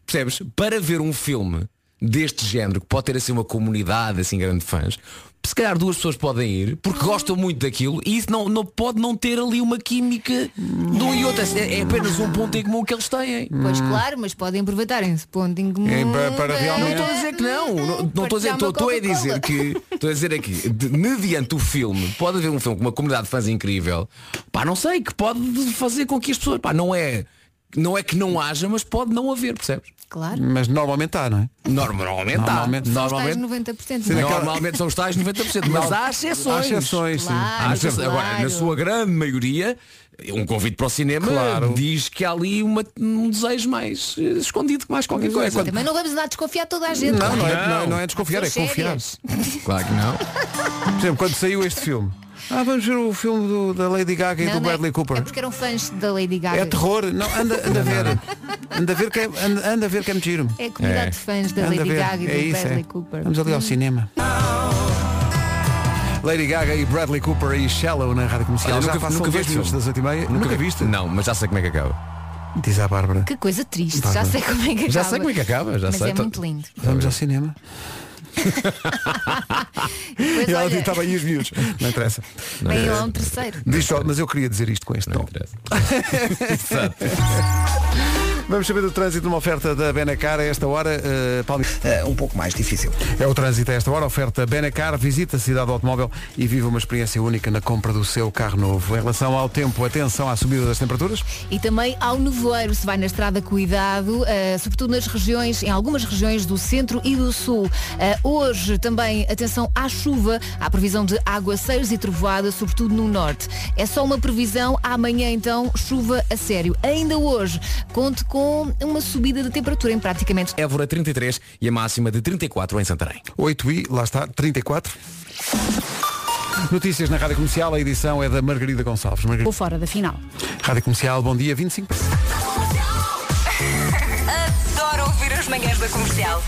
S6: Percebes? Para ver um filme deste género, que pode ter assim uma comunidade assim grande de fãs, se calhar duas pessoas podem ir porque
S1: Uhum.
S6: gostam muito daquilo e isso não, não pode não ter ali uma química de um e outro. É, é apenas um ponto em comum que eles têm.
S3: Pois claro, mas podem aproveitar esse ponto em comum.
S1: Ah. É, para- para
S6: Hum, Não
S1: realmente-
S6: estou a dizer que não. Não não estou a dizer,
S3: Partilhar uma
S6: estou, estou a
S3: Coca-Cola.
S6: dizer que estou a dizer aqui, de- mediante o filme, pode haver um filme com uma comunidade de fãs incrível, pá, não sei, que pode fazer com que as pessoas, pá, não é não é que não haja, mas pode não haver, percebes?
S3: Claro.
S1: Mas normalmente há, não é?
S6: Normalmente há.
S1: Normalmente.
S6: Normalmente.
S3: Estás 90%.
S6: Sim,
S3: não é?
S6: naquela- Normalmente são os tais 90%, mas há exceções.
S1: Há exceções, sim.
S3: Claro,
S6: Há exceções.
S3: claro.
S6: Agora, na sua grande maioria, um convite para o cinema
S1: Claro.
S6: diz que há ali uma- um desejo mais eh, escondido que mais qualquer coisa. Quando-
S3: Também não vamos lá desconfiar toda a gente.
S1: Não, não é,
S6: Não.
S1: não é- não é desconfiar, é
S3: São
S1: confiar.
S3: sérias.
S6: Claro que não.
S1: Por exemplo, quando saiu este filme. Ah, vamos ver o filme do- da Lady Gaga e
S3: Não,
S1: do
S3: não é-
S1: Bradley Cooper.
S3: É porque eram fãs da Lady Gaga.
S1: É terror. Não, anda, anda a ver. Anda a ver que é, anda, anda a ver que é mentiro.
S3: É a comunidade
S6: É.
S3: de fãs da
S1: Anda a
S3: Lady
S1: ver.
S3: Gaga e
S1: é
S3: do
S1: isso,
S3: Bradley
S1: é.
S3: Cooper.
S1: Vamos ali ao cinema. Lady Gaga e Bradley Cooper e Shallow na Rádio Comercial.
S6: Olha,
S1: Já
S6: nunca-
S1: passam
S6: nunca vi
S1: dois
S6: este
S1: minutos das
S6: filme.
S1: 8 e meia. Nunca, viste?
S6: Não, mas já sei como é que acaba.
S1: Diz à Bárbara.
S3: Que coisa triste.
S1: Bárbara.
S3: Já sei como é que acaba.
S6: Já sei como é que acaba, já
S3: Mas
S6: sei.
S3: é muito lindo.
S1: Vamos ao cinema.
S3: Pois
S1: E ela
S3: olha,
S1: diz, "Tá estava aí os miúdos. Não interessa.
S3: vem lá um terceiro.
S1: Diz só, mas eu queria dizer isto com este
S6: Não
S1: tom.
S6: interessa.
S1: Vamos saber do trânsito numa oferta da Benacar a esta hora. eh, Palmi-
S2: Eh, um pouco mais difícil.
S1: É o trânsito a esta hora, oferta Benacar, visita a cidade do automóvel e vive uma experiência única na compra do seu carro novo. Em relação ao tempo, atenção à subida das temperaturas.
S3: E também ao nevoeiro, se vai na estrada, cuidado, eh, sobretudo nas regiões, em algumas regiões do centro e do sul. Eh, hoje também atenção à chuva, à previsão de aguaceiros e trovoada, sobretudo no norte. É só uma previsão, amanhã então chuva a sério. Ainda hoje, conte com uma subida de temperatura em praticamente
S6: Évora 33 e a máxima de 34 em Santarém.
S1: 8i, lá está, 34. Notícias na Rádio Comercial, a edição é da Margarida Gonçalves. Margarida.
S11: fora da final.
S1: Rádio Comercial, bom dia, 25.
S12: Adoro ouvir as manhãs da comercial.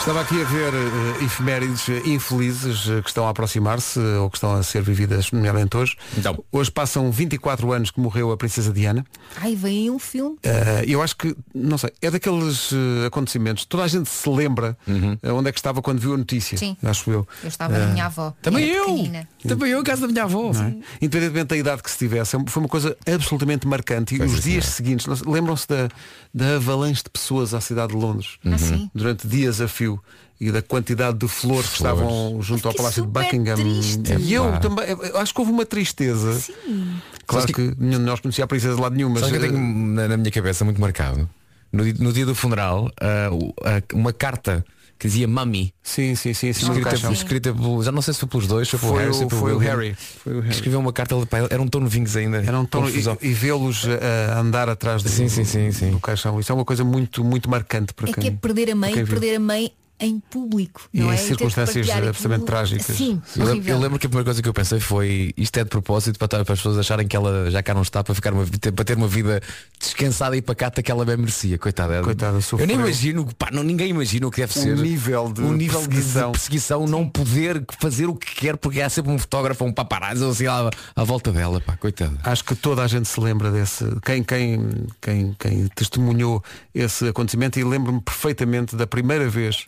S1: Estava aqui a ver eh, efemérides eh, infelizes eh, que estão a aproximar-se eh, ou que estão a ser vividas, nomeadamente hoje.
S6: Então.
S1: Hoje passam 24 anos que morreu a Princesa Diana.
S3: Ai, vem aí um filme.
S1: Eh, eu acho que, não sei, é daqueles eh, acontecimentos, toda a gente se lembra
S6: Uhum.
S1: eh, onde é que estava quando viu a notícia,
S3: Sim.
S1: acho eu. Eh,
S3: Eu estava na minha avó.
S6: É. Também
S3: Era
S6: eu!
S3: pequenina.
S6: Também eu em casa da minha avó.
S1: não é? Independentemente da idade que se tivesse, é um- foi uma coisa absolutamente marcante. E
S6: Pois
S1: os
S6: é,
S1: dias seguintes, não sei, lembram-se da, da avalanche de pessoas à cidade de Londres, Uhum.
S3: Ah, sim.
S1: durante dias a fio, e da quantidade de flores que
S6: Flores.
S1: estavam junto ao
S3: fiquei
S1: Palácio de
S3: super
S1: Buckingham.
S3: triste.
S1: E eu
S6: Epá.
S1: também, eu acho que houve uma tristeza.
S3: Sim.
S1: Claro
S6: Sabes
S1: que nenhum de nós conhecia a princesa de lado nenhum, mas
S6: Sabes que eu tenho
S1: eh,
S6: na, na minha cabeça muito marcado. No, di- no dia do funeral, ah, o- ah, uma carta que dizia Mami.
S1: sim, sim, sim, sim, no
S6: Escrita,
S1: caixão.
S6: escrita pelo, já não sei se foi pelos dois, se foi, pelo
S1: Foi
S6: Harry,
S1: o-
S6: se pelo
S1: foi o
S6: William.
S1: Harry. Foi o Harry.
S6: Escreveu uma carta, ele- pá, ele- eram tão novinhos ainda.
S1: Eram tão, e,
S6: Confusão.
S1: e vê-los eh, a andar atrás do,
S6: Sim, sim, sim, sim.
S1: do caixão. Isso é uma coisa muito, muito marcante para
S3: É
S1: quem.
S3: que é perder a mãe,
S1: para quem viu.
S3: perder a mãe em público.
S1: E
S3: não
S1: em
S3: é? ter de
S1: circunstâncias
S3: partilhar aquilo.
S1: absolutamente trágicas.
S3: Sim,
S6: Eu, lem-
S3: horrível.
S6: eu lembro que a primeira coisa que eu pensei foi isto é de propósito para, ta- para as pessoas acharem que ela já cá não está para, ficar uma, vi- para ter uma vida descansada e pacata que ela bem merecia. Coitada. ela-
S1: Coitada, sofreu.
S6: eu nem imagino, pá, não, ninguém imagina o que deve
S1: O
S6: ser.
S1: nível de
S6: o nível de-
S1: perseguição.
S6: de perseguição, não poder fazer o que quer porque há sempre um fotógrafo, um paparazzo assim lá à volta dela, pá, coitada.
S1: Acho que toda a gente se lembra desse. Quem, quem, quem, quem testemunhou esse acontecimento e lembro-me perfeitamente da primeira vez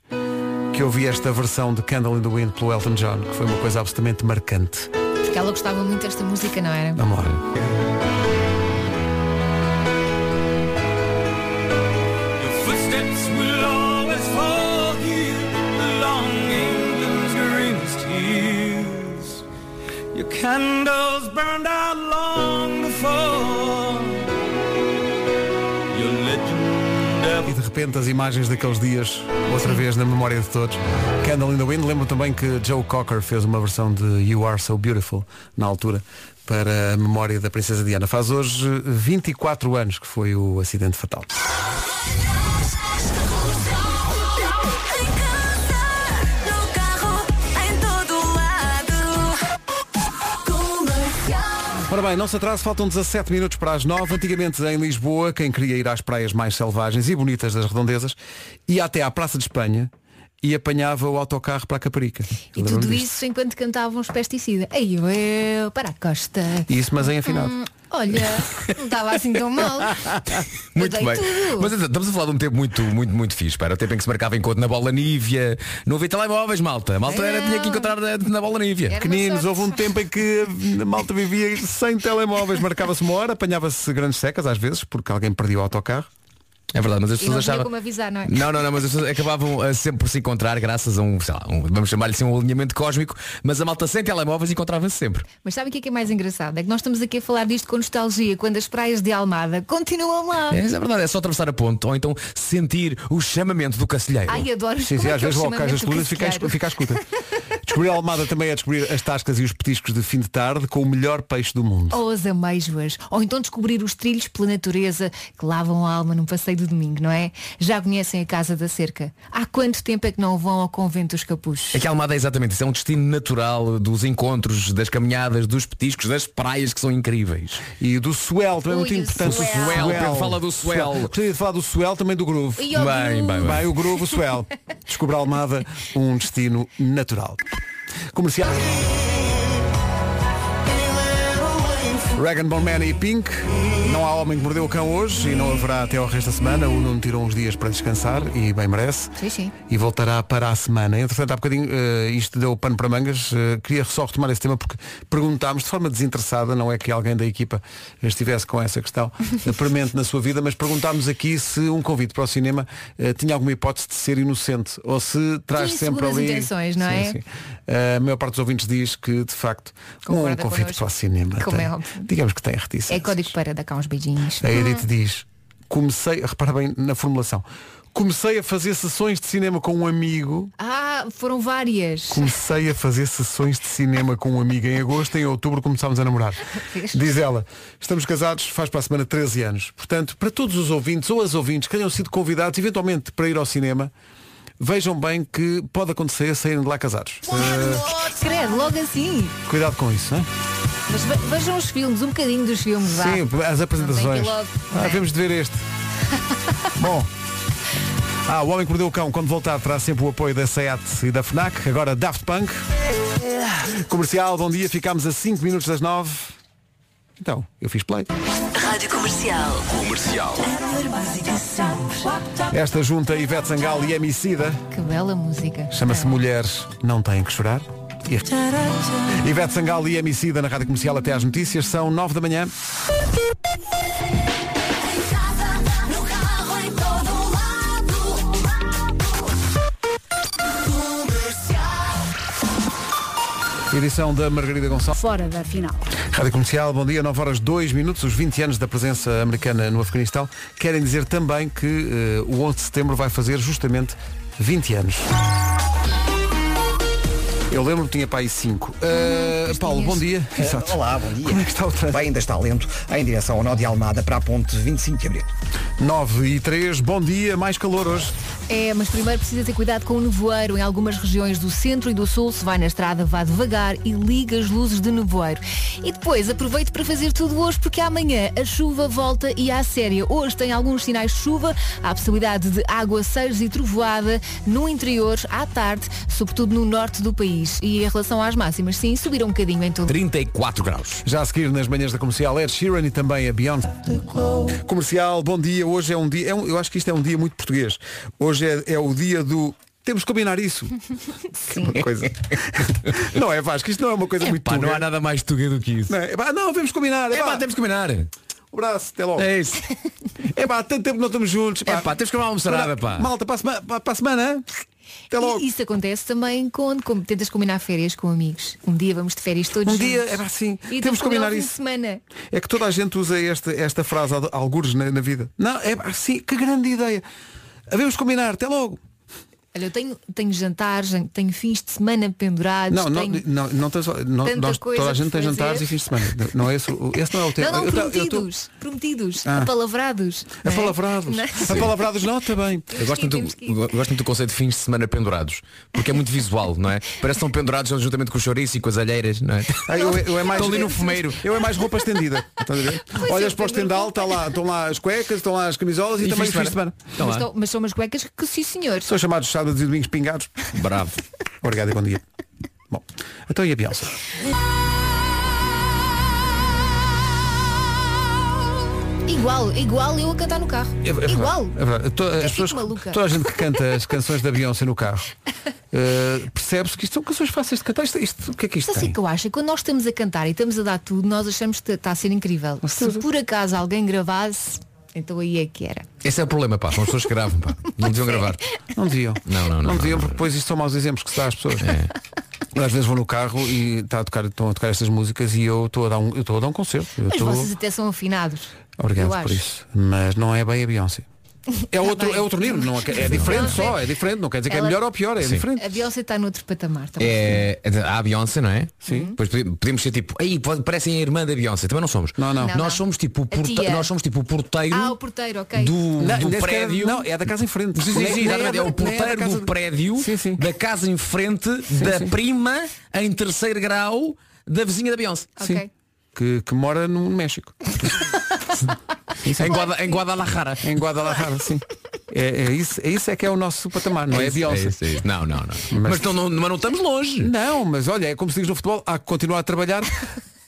S1: que eu vi esta versão de Candle in the Wind pelo Elton John, que foi uma coisa absolutamente marcante.
S3: Porque ela gostava muito desta música, não era?
S1: Vamos lá.
S5: Your candles burned out long before your legend ever
S1: E de repente as imagens daqueles dias, outra vez na memória de todos. Candle in the Wind, lembro também que Joe Cocker fez uma versão de You Are So Beautiful na altura para a memória da Princesa Diana. Faz hoje eh, 24 anos que foi o acidente fatal.
S7: Em casa, no carro, em todo lado. Comercial.
S1: Ora bem, não se atrase, faltam 17 minutos para as 9. Antigamente em Lisboa, quem queria ir às praias mais selvagens e bonitas das redondezas, ia até à Praça de Espanha e apanhava o autocarro para a Caparica.
S3: E
S1: Lembram-me
S3: tudo
S1: disto?
S3: isso enquanto cantavam os pesticidas. Aí eu, eu para a costa.
S1: Isso, mas em afinado.
S3: Hum, olha, não estava assim tão mal.
S6: Muito
S3: Eu
S6: bem.
S3: dei tudo.
S6: Mas então, estamos a falar de um tempo muito, muito, muito fixe. Para o tempo em que se marcava encontro na bola nívia. Não havia telemóveis, malta. A malta era,
S3: Não.
S6: tinha que encontrar na, na bola nívia.
S3: Era uma
S1: Pequeninos,
S3: sorte.
S1: houve um tempo em que a malta vivia sem telemóveis, marcava-se uma hora, apanhava-se grandes secas às vezes, porque alguém perdia o autocarro.
S6: É verdade, mas as
S3: E não
S6: pessoas
S3: tinha
S6: achavam.
S3: como avisar, não é?
S6: Não, não, não, mas as pessoas acabavam ah, sempre por se encontrar graças a um, sei lá, um- vamos chamar-lhe assim um alinhamento cósmico, mas a malta sem telemóveis encontrava-se sempre.
S3: Mas sabem o que é, que é mais engraçado? É que nós estamos aqui a falar disto com nostalgia, quando as praias de Almada continuam lá.
S6: É, isso é verdade, é só atravessar a ponte ou então sentir o chamamento do cacilheiro.
S3: Ai, adoro.
S1: Sim,
S3: Como
S1: sim,
S3: é
S1: às
S3: que é o
S1: vezes vou ao Cais
S3: chamamento
S1: das
S3: do
S1: Colunas e fica, à escu-
S3: casqueiro?
S1: fica à escuta. Descobrir a Almada também é descobrir as tascas e os petiscos de fim de tarde com o melhor peixe do
S6: Oh.
S1: mundo.
S3: Ou as amêijoas, ou então descobrir os trilhos pela natureza que lavam a alma num passeio do domingo, não é? Já conhecem a Casa da Cerca. Há quanto tempo é que não vão ao Convento dos Capuchos?
S6: É que a Almada é exatamente isso, é um destino natural dos encontros, das caminhadas, dos petiscos, das praias que são incríveis.
S1: E do Suel também é muito
S6: Ui, o
S1: importante.
S6: Suel. Suel, Pedro, fala do Suel.
S1: Gostaria de falar do Suel, também do Groove.
S6: E ao Bem, Groove. bem, bem.
S1: o Groove, o Suel. Descobrir a Almada um destino natural. Comercial. Regan Bowman e Pink. Não há homem que mordeu o cão hoje e não haverá até ao resto da semana. O Nuno tirou uns dias para descansar e bem merece.
S3: Sim, sim.
S1: E voltará para a semana. Entretanto, há bocadinho eh, isto deu pano para mangas. Eh, queria só retomar esse tema porque perguntámos de forma desinteressada, não é que alguém da equipa estivesse com essa questão eh, premente na sua vida, mas perguntámos aqui se um convite para o cinema eh, tinha alguma hipótese de ser inocente ou se traz
S3: Tinha
S1: sempre
S3: segundas
S1: ali.
S3: intenções, não
S1: Sim,
S3: é?
S1: sim. Eh, a maior parte dos ouvintes diz que, de facto, um
S3: Concorda
S1: convite
S3: connosco.
S1: para o cinema.
S3: Como
S1: tem-
S3: é óbvio.
S1: digamos que tem reticência.
S3: É código para dar cá uns beijinhos.
S1: A Edith diz, comecei, repara bem na formulação, comecei a fazer sessões de cinema com um amigo,
S3: Ah, foram várias.
S1: comecei a fazer sessões de cinema com um amigo em agosto, em outubro começámos a namorar.
S3: Vês?
S1: Diz ela, estamos casados, faz para a semana 13 anos. Portanto, para todos os ouvintes ou as ouvintes que tenham sido convidados eventualmente para ir ao cinema, vejam bem que pode acontecer saírem de lá casados. Eh,
S6: é?
S3: Credo, logo assim.
S1: cuidado com isso, hein?
S3: Mas ve- vejam os filmes, um bocadinho dos filmes, vá.
S1: Sim, as
S3: Não tem
S1: apresentações.
S3: que ir logo, não
S1: ah,
S3: é?
S1: vemos de ver este. Bom. Ah, o Homem que Mordeu o Cão, quando voltar, terá sempre o apoio da SEAT e da FNAC. Agora Daft Punk. Comercial, bom dia. Ficámos a 5 minutos das 9. Então, eu fiz play.
S12: Rádio Comercial.
S4: Comercial.
S1: Esta junta Ivete Sangal e Emicida
S3: Que bela música.
S1: chama-se Mulheres Não Têm Que Chorar. E este. Ivete Sangal e Emicida na Rádio Comercial até às notícias. São 9 da manhã. Edição da Margarida Gonçalves.
S11: Fora da final.
S1: Rádio Comercial, bom dia, 9 horas 2 minutos, os 20 anos da presença americana no Afeganistão. Querem dizer também que eh, o 11 de setembro vai fazer justamente 20 anos. Eu lembro que tinha para aí 5. Paulo, bom dia.
S2: Eh, Olá, bom dia. Como é
S1: que está o trânsito?
S2: Ainda está lento em direção ao Nó de Almada para a ponte 25 de Abril.
S1: 9 e 3, bom dia, mais calor hoje.
S3: É, mas primeiro precisa ter cuidado com o nevoeiro. Em algumas regiões do centro e do sul, se vai na estrada, vá devagar e liga as luzes de nevoeiro. E depois aproveite para fazer tudo hoje, porque amanhã a chuva volta e à séria. Hoje tem alguns sinais de chuva, há possibilidade de aguaceiros e trovoada no interior, à tarde, sobretudo no norte do país. E em relação às máximas, sim, subiram um bocadinho em todo.
S6: 34 graus.
S1: Já a seguir nas manhãs da comercial Ed Sheeran e também a Beyoncé. Comercial, bom dia. Hoje é um dia, é um- eu acho que isto é um dia muito português. Hoje é, é o dia do. Temos que combinar isso. Que é uma coisa. não é Vasco, isto não é uma coisa muito
S6: Pá, não
S1: tuga.
S6: há nada mais tuga do que isso.
S1: Não, é, pá, não, vamos combinar.
S6: É pá, temos que combinar.
S1: Um abraço, até logo.
S6: É isso.
S1: É pá, há tanto tempo que não estamos juntos.
S6: É pá, temos que comer uma almoçarada, pá.
S1: Malta, para a semana. Para a semana. Até logo.
S3: Isso acontece também quando com- tentas combinar férias com amigos. Um dia vamos de férias todos
S1: Um dia,
S3: juntos.
S1: é pá, sim.
S3: E
S1: Temos
S3: depois
S1: que combinar
S3: ao fim de
S1: isso.
S3: semana.
S1: É que toda a gente usa esta, esta frase a algures na, na vida. Não, é assim, que grande ideia. Havemos combinar, até logo.
S3: Olha, eu tenho, tenho jantares, tenho fins de semana pendurados.
S1: Não, não,
S3: tenho...
S1: não, não, tens- não-
S3: tanta
S1: nós-
S3: coisa
S1: toda a gente
S3: por
S1: tem jantares
S3: fazer.
S1: e fins de semana. Não é esse, o- esse não é o tema.
S3: Não, não,
S1: Eu tô- eu tô-
S3: prometidos, prometidos,
S1: Ah.
S3: apalavrados. não é?
S1: Apalavrados.
S3: Não.
S1: Apalavrados não, tá também.
S6: Eu gosto, muito, eu gosto muito do conceito de fins de semana pendurados, porque é muito visual, não é? Parece que estão pendurados juntamente com o chouriço e com as alheiras, não é?
S1: Ah, eu, eu é mais,
S6: Estão ali no fumeiro.
S1: Eu é mais roupa estendida. Estás a ver?
S3: Pois
S1: Olhas
S3: é,
S1: para o estendal, está tá lá, estão lá as cuecas, estão lá as camisolas e,
S6: E
S1: também os
S6: fins de
S1: fins de semana. Então
S6: Estão
S3: mas,
S6: Tá lá.
S3: estão- mas são umas cuecas que sim senhor.
S1: São chamados sábados e domingos pingados.
S6: Bravo.
S1: Obrigado e bom dia. Bom, então e a Beyoncé?
S3: Igual, igual eu a cantar no carro.
S1: É verdade,
S3: igual.
S1: é verdade. To- as
S3: fico
S1: pessoas-
S3: maluca.
S1: toda a gente que canta as canções da Beyoncé no carro eh, percebe-se que isto são canções fáceis de cantar. Isto, isto- o que é que
S3: Isto
S1: isto
S3: é assim
S1: tem?
S3: que eu acho, é que quando nós estamos a cantar e estamos a dar tudo, nós achamos que está a ser incrível. Se por acaso alguém gravasse, Então aí é que era.
S6: Esse é o problema, pá. São as pessoas que gravam, pá. Não deviam gravar.
S1: Não deviam.
S6: Não, não, É. não.
S1: Não deviam, porque depois isto são maus exemplos que se dá às pessoas. Às vezes vou no carro e está a tocar, estão a tocar estas músicas e eu estou a dar um, eu estou a dar um concerto. Eu
S3: Mas
S1: estou-
S3: vocês até são afinados.
S1: Obrigado
S3: eu
S1: por
S3: acho. Tá
S1: isso. Mas não é bem a Beyoncé. É outro,
S3: bem.
S1: é outro nível, não é, é diferente só, é diferente, não quer dizer que é
S3: Ela-
S1: melhor ou pior, é diferente.
S3: A Beyoncé está noutro patamar. tá Também.
S6: É, há a Beyoncé, não é? Sim. Depois pode- podemos ser tipo, aí pode- parecem a irmã da Beyoncé. Também não somos.
S3: não. Não, não.
S6: Nós somos tipo o
S3: A
S6: porte-
S3: tia.
S6: nós somos tipo o porteiro
S3: Ah, o porteiro, ok.
S6: do, do
S1: nem sequer-
S6: prédio.
S1: não, é da casa em frente.
S6: Sim, sim,
S1: Nem-
S6: sim,
S1: nem
S6: exatamente.
S1: da-
S6: É o
S1: nem da
S6: porteiro
S1: casa
S6: do prédio da casa em frente da
S1: sim.
S6: prima em terceiro grau da vizinha da Beyoncé.
S1: Sim. Que, que mora no México.
S6: é Em, Guada, em Guadalajara.
S1: Em Guadalajara, sim. É, é isso, é isso é que é o nosso patamar, não é,
S6: isso,
S1: Beyoncé.
S6: isso, é isso. Não, não, não. Mas, então não, mas não estamos longe.
S1: Não, mas olha, é como se diz no futebol, há que continuar a trabalhar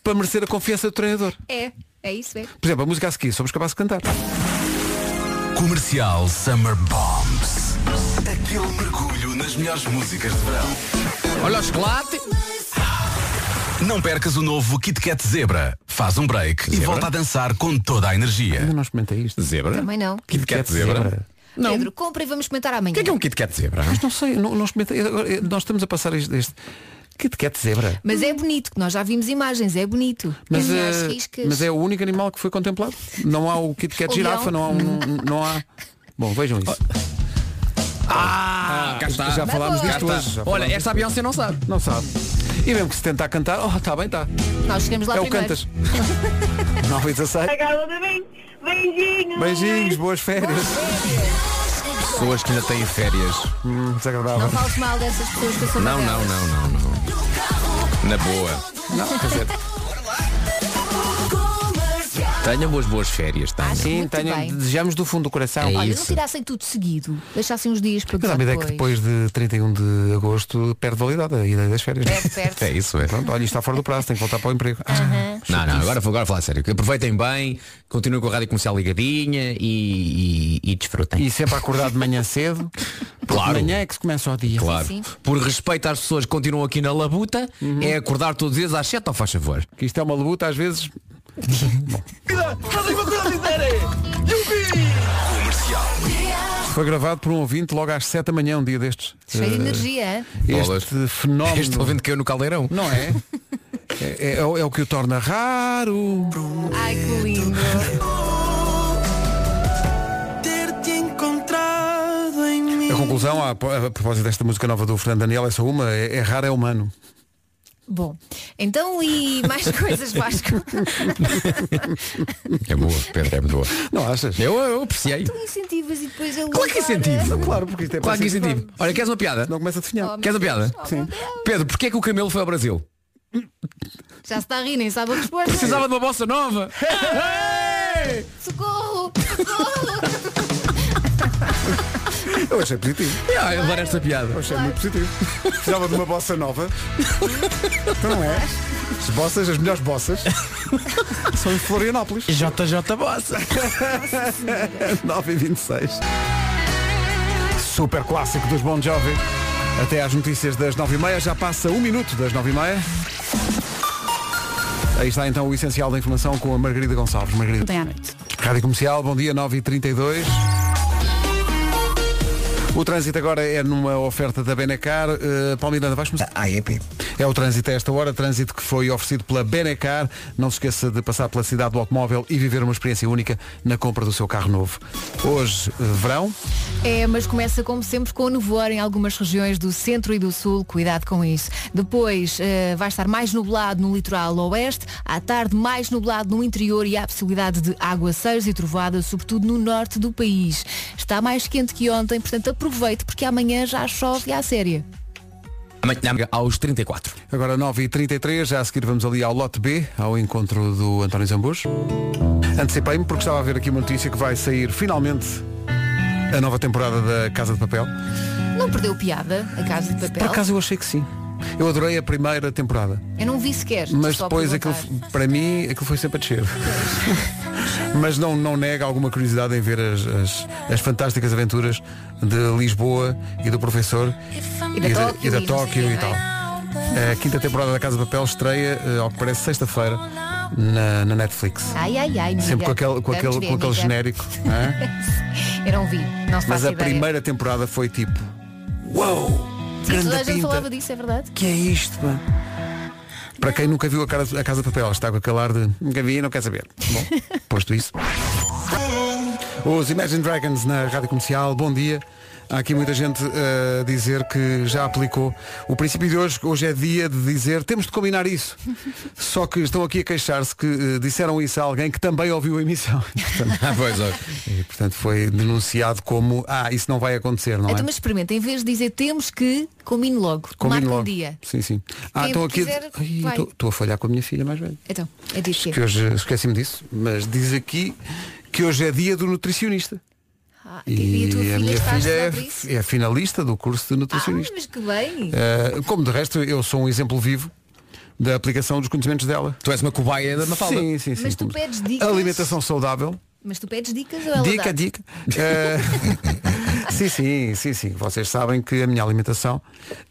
S1: para merecer a confiança do treinador.
S3: É, é isso, é.
S1: Por exemplo, a música a seguir, somos capazes de cantar.
S4: Comercial Summer Bombs. Aquele mergulho nas melhores músicas de verão.
S6: Olha o chocolate.
S4: Não percas o novo Kit Kat Zebra. Faz um break e
S6: Zebra?
S4: volta a dançar com toda a energia.
S1: Ainda não experimentei isto.
S6: Zebra?
S3: Também não.
S6: Kit Kat Zebra.
S3: Pedro, compra e vamos comentar amanhã.
S6: O que é que é um Kit Kat Zebra?
S1: Mas não sei, não, não experimentei. Agora, eh, Nós estamos a passar este. este... Kit Kat zebra.
S3: Mas é bonito, que nós já vimos imagens, é bonito.
S1: Mas,
S3: Tem as
S1: eh,
S3: riscas.
S1: mas é o único animal que foi contemplado. Não há o Kit Kat
S3: O
S1: girafa,
S3: leão.
S1: não há um, não há. Bom, vejam isso.
S6: Ah, cá está.
S1: Já falámos
S6: Cá
S1: disto
S6: está.
S1: hoje. já
S6: Olha,
S1: falámos
S6: esta a
S1: disto
S6: Beyoncé não sabe.
S1: hoje. Não sabe. E mesmo que se tentar cantar, oh, está bem, está.
S3: Nós chegamos lá
S1: É o
S3: primeiro.
S1: cantas. 9 e 16.
S7: Beijinhos.
S1: Beijinhos, boas férias.
S6: Pessoas que ainda têm férias.
S1: Hum, desagradável.
S3: Não fales mal dessas pessoas que eu sou
S6: Não,
S3: uma
S6: não,
S3: delas.
S6: não, não, não. Na boa.
S1: Não, quer dizer,
S6: Tenham boas boas férias, tá? tenham.
S1: sim,
S3: Muito bem.
S1: tenham, desejamos do fundo do coração.
S6: É
S3: Olha,
S6: isso.
S3: não tirassem tudo seguido, deixassem uns dias para
S1: Mas há
S3: gozar
S1: uma ideia
S3: depois.
S1: que depois de 31 de agosto perde validade a ideia das férias.
S3: Perde, perde.
S6: É isso, é.
S1: Pronto, olha, isto está fora do prazo, tem que voltar para o emprego.
S6: Não, não, agora, agora falar sério. Aproveitem bem, continuem com a rádio comercial ligadinha e, e, e desfrutem.
S1: E sempre a acordar de manhã cedo. porque
S6: Claro.
S1: De manhã é que se começa o dia.
S6: Claro.
S3: Sim, sim.
S6: Por respeito às pessoas que continuam aqui na labuta, é acordar todos os dias às 7 ou faz favor.
S1: Que isto é uma luta às vezes. Foi gravado por um ouvinte logo às 7 da manhã, um dia destes.
S3: Cheio de
S1: Eh,
S3: energia, hein?
S6: Bolas.
S1: Este fenómeno.
S6: Este ouvinte caiu no caldeirão.
S1: Não é? É, é- é o é o que o torna raro.
S3: Ai, que lindo.
S5: Ter-te encontrado em mim.
S1: A conclusão, a, a propósito desta música nova do Fernando Daniel, é só uma, é, é raro é humano.
S3: Bom, então e mais coisas, Vasco?
S6: É boa, Pedro, é muito boa.
S1: Não achas?
S6: Eu, eu apreciei.
S3: incentivas e depois ele.
S1: é
S6: Claro que incentivo.
S1: Claro, porque isto é
S6: Claro que
S1: para
S6: incentivo. Olha, queres uma piada?
S1: Não começa a
S3: Oh,
S1: definhar. É.
S6: Queres uma piada?
S3: Sim.
S6: Pedro, porquê é que o Camelo foi ao Brasil?
S3: Já se está a rir, nem sabe a resposta.
S6: Precisava de uma bossa nova.
S3: Socorro! Socorro!
S1: Eu achei positivo.
S6: Ah, eu adoro esta piada.
S1: Eu achei muito positivo. Precisava de uma bossa nova. Então não é? As bossas, as melhores bossas, são em Florianópolis.
S6: JJ Bossa.
S1: 9 e 26 Super clássico dos Bon Jovi Até às notícias das 9h30 Já passa um minuto das 9h30 Aí está então o essencial da informação com a Margarida Gonçalves Margarida
S11: Ontem à noite.
S1: Rádio Comercial, bom dia, 9h32. O trânsito agora é numa oferta da Benecar. Uh, Paulo Miranda, vais começar?
S2: A AEP.
S1: É o trânsito a esta hora, trânsito que foi oferecido pela Benecar. Não se esqueça de passar pela cidade do automóvel e viver uma experiência única na compra do seu carro novo. Hoje, uh, verão,
S3: É, mas começa como sempre com o nevoeiro em algumas regiões do centro e do sul, cuidado com isso. Depois eh, vai estar mais nublado no litoral oeste, à tarde mais nublado no interior e há possibilidade de aguaceiros e trovada, sobretudo no norte do país. Está mais quente que ontem, portanto aproveite porque amanhã já chove e à séria.
S6: Amanhã aos 34.
S1: agora 9h33. Já a seguir vamos ali ao lote B, ao encontro do António Zambus. Antecipei-me porque estava a ver aqui uma notícia que vai sair finalmente a nova temporada da Casa de Papel.
S3: Não perdeu piada a Casa de
S1: Por
S3: Papel?
S1: acaso eu achei que sim. Eu adorei a primeira temporada,
S3: Eu não vi sequer.
S1: mas
S3: só a
S1: depois aquilo,
S3: perguntar.
S1: para mim aquilo foi sempre a descer. mas não, não nega alguma curiosidade em ver as, as, as fantásticas aventuras de Lisboa e do professor
S3: E da
S1: e da,
S3: Tóquio
S1: e da
S3: e não sei
S1: Tóquio
S3: quê,
S1: e
S3: não
S1: tal.
S3: é?
S1: A quinta temporada da Casa de Papel estreia, eh, ao que parece, sexta-feira. na, na Netflix.
S3: Ai, ai, ai, amiga.
S1: Sempre com aquele, com
S3: Vamos
S1: aquele,
S3: ver,
S1: com aquele
S3: amiga.
S1: genérico. não é?
S3: Eu não vi, não se
S1: Mas
S3: faço
S1: a
S3: ideia.
S1: primeira temporada foi tipo. Uou!
S3: Sim, toda a
S1: Grande
S3: gente
S1: pinta.
S3: falava disso, é verdade?
S1: Que é isto, pá? Para quem nunca viu a, cara, a Casa de Papel, está com aquele ar de nunca vi e não quer saber. Bom, posto isso. Os Imagine Dragons na Rádio Comercial, bom dia. Há aqui muita gente eh, a dizer que já aplicou. O princípio de hoje, hoje é dia de dizer, temos de combinar isso. Só que estão aqui a queixar-se que eh, disseram isso a alguém que também ouviu a emissão. Portanto, e, portanto, foi denunciado como, ah, isso não vai acontecer, não é?
S3: Então, mas experimenta, em vez de dizer temos que, combine logo.
S1: Combine
S3: Marca um
S1: logo.
S3: dia.
S1: Sim, sim. Ah,
S3: Quem
S1: estou aqui.
S3: quiser,
S1: Ai,
S3: vai.
S1: estou- Estou a falhar com a minha filha mais velha.
S3: Então, é disso que é.
S1: Que hoje esqueci-me disso, mas diz aqui que hoje é dia do nutricionista.
S3: Ah,
S1: e
S3: a tua filha
S1: minha
S3: está a
S1: filha
S3: estudar
S1: é,
S3: para isso? Ah,
S1: é finalista do curso de nutricionista.
S3: Mas que bem.
S1: Eh, como de resto, eu sou um exemplo vivo da aplicação dos conhecimentos dela. Tu és uma cobaia
S6: da Mafalda.
S1: Sim, sim, sim.
S3: Mas tu pedes dicas.
S1: Alimentação saudável.
S3: Mas tu pedes dicas ou ela
S1: Dica,
S3: dá?
S1: dica. Eh, sim, sim, sim, sim. Vocês sabem que a minha alimentação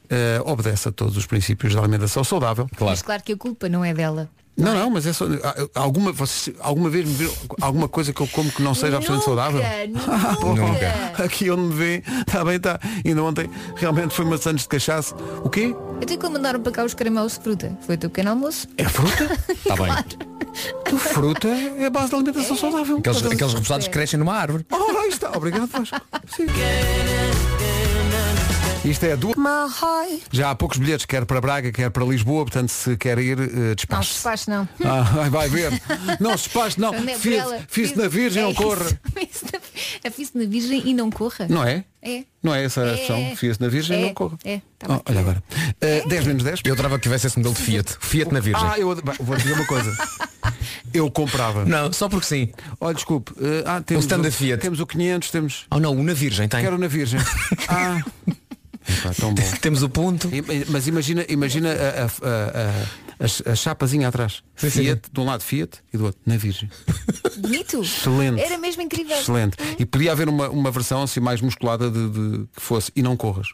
S1: eh, obedece a todos os princípios da alimentação saudável.
S3: Mas claro que a culpa não é dela.
S1: Não, não, mas é só. há- Alguma, vocês, alguma vez me viram alguma coisa que eu como que não seja absolutamente saudável?
S3: Nunca,
S1: Pô,
S3: nunca.
S1: Aqui onde me vê, está bem, está. Ainda ontem realmente foi uma Santos de cachaça. O quê?
S3: Eu tenho que mandaram para cá os caramelos de fruta. Foi o teu pequeno almoço.
S1: É fruta?
S6: Está Tá bem.
S1: Que fruta é a base da alimentação saudável.
S6: Aqueles, aqueles
S3: é.
S6: repousados que crescem numa árvore.
S1: Ora, aí está. Obrigado, Vasco. Sim. Isto é a duas. Já há poucos bilhetes, quer para Braga, quer para Lisboa, portanto se quer ir, eh,
S3: Não,
S1: despache.
S3: despacho não.
S1: Ah, vai ver. Não se despache, não.
S3: Não é por
S1: Fiz-
S3: ela.
S1: Fiz-te na virgem,
S3: É
S1: não
S3: isso.
S1: corra.
S3: Fiz-te na- Afie-se na virgem e não corra.
S1: Não é?
S3: É.
S1: Não é essa a
S3: É,
S1: expressão?
S3: é.
S1: Fia-se na virgem
S3: É,
S1: não corra.
S3: é. Tá É.
S1: Oh, olha agora. Uh, 10 menos 10. Eu trava que tivesse esse modelo de Fiat. Fiat
S6: na virgem.
S1: Ah, eu ad- bem, vou dizer uma coisa. Eu comprava.
S6: Não, só porque sim.
S1: Olha, desculpe. uh, ah,
S6: Um
S1: temos,
S6: stand
S1: o,
S6: da Fiat.
S1: temos o 500, temos.
S6: Oh não, o na virgem tem.
S1: Quero na virgem. ah. Epá, tão bom.
S6: Temos o ponto.
S1: Mas imagina, imagina a, a- a- a- a- a chapazinha atrás.
S6: Sim, sim.
S1: Fiat, de um lado Fiat e do outro na virgem.
S3: Bonito.
S1: Excelente.
S3: Era mesmo incrível.
S1: Excelente.
S6: Uhum.
S1: E podia haver uma, uma versão assim mais musculada de, de- que fosse e não corras.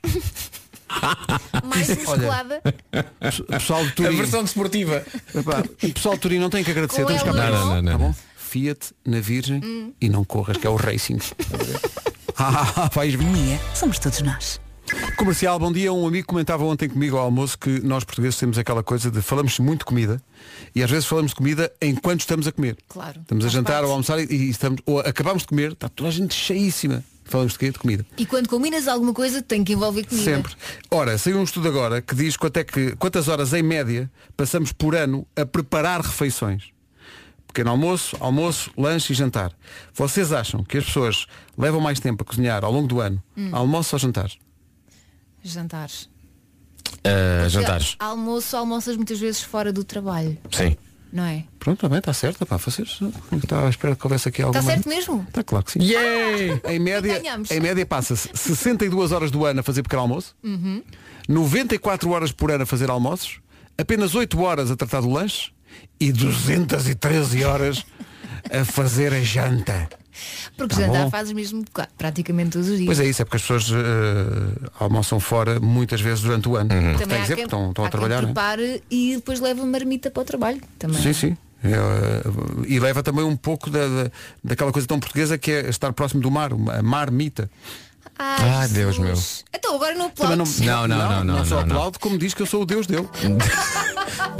S3: Mais um musculada.
S1: Olha, pessoal de
S6: A
S1: Turim.
S6: versão desportiva.
S1: Epá, o pessoal de Turim não tem que agradecer,
S6: Com
S1: estamos cá
S6: ela,
S1: para
S6: não. é? Hum.
S1: isso.
S6: Não, não,
S1: Tá
S6: não,
S1: bom? Fiat na Virgem e não corras, que é o Racing. ah, vais ver.
S12: Somos todos nós.
S1: Comercial, bom dia. Um amigo comentava ontem comigo ao almoço que nós portugueses temos aquela coisa de falamos muito de comida e às vezes falamos de comida enquanto estamos a comer.
S3: Claro.
S1: Estamos a jantar ou a almoçar e, e estamos, ou acabamos de comer, está toda a gente cheíssima. Falamos de quê? De comida.
S3: E quando combinas alguma coisa, tem que envolver comida.
S1: Sempre. Ora, saiu um estudo agora que diz quanto é que, quantas horas em média passamos por ano a preparar refeições. Pequeno almoço, almoço, lanche e jantar. Vocês acham que as pessoas levam mais tempo a cozinhar ao longo do ano?
S3: Hum.
S1: Almoço ou jantar?
S3: Jantares.
S1: Ah,
S6: jantares.
S3: Almoço, almoças muitas vezes fora do trabalho,
S6: Sim.
S3: não é?
S1: Pronto, também está certo, pá, vocês. Estava à espera que houvesse aqui alguma.
S3: Está Tá certo mesmo?
S1: Está claro que sim. Em média,
S3: ganhamos.
S1: em média passa-se 62 horas do ano a fazer pequeno almoço,
S3: Uhum.
S1: 94 horas por ano a fazer almoços, apenas 8 horas a tratar do lanche e 213 horas a fazer a janta.
S3: Porque
S1: Tá
S3: jantar
S1: bom.
S3: fazes mesmo qua- praticamente todos os dias.
S1: Pois é isso, é porque as pessoas eh, almoçam fora muitas vezes durante o ano. Porque tem que dizer, porque estão, estão
S3: Uhum. há
S1: a trabalhar.
S3: Quem
S1: não é?
S3: prepare e depois leva marmita para o trabalho também.
S1: Sim, sim. Eu, eh, e leva também um pouco da, da- daquela coisa tão portuguesa que é estar próximo do mar, uma- a marmita.
S3: Ah,
S1: Deus meu.
S3: então agora não
S1: Também
S3: aplaudes.
S6: Não, não, não, não,
S1: só
S6: não, não.
S1: aplaudo, como diz que eu sou o Deus dele.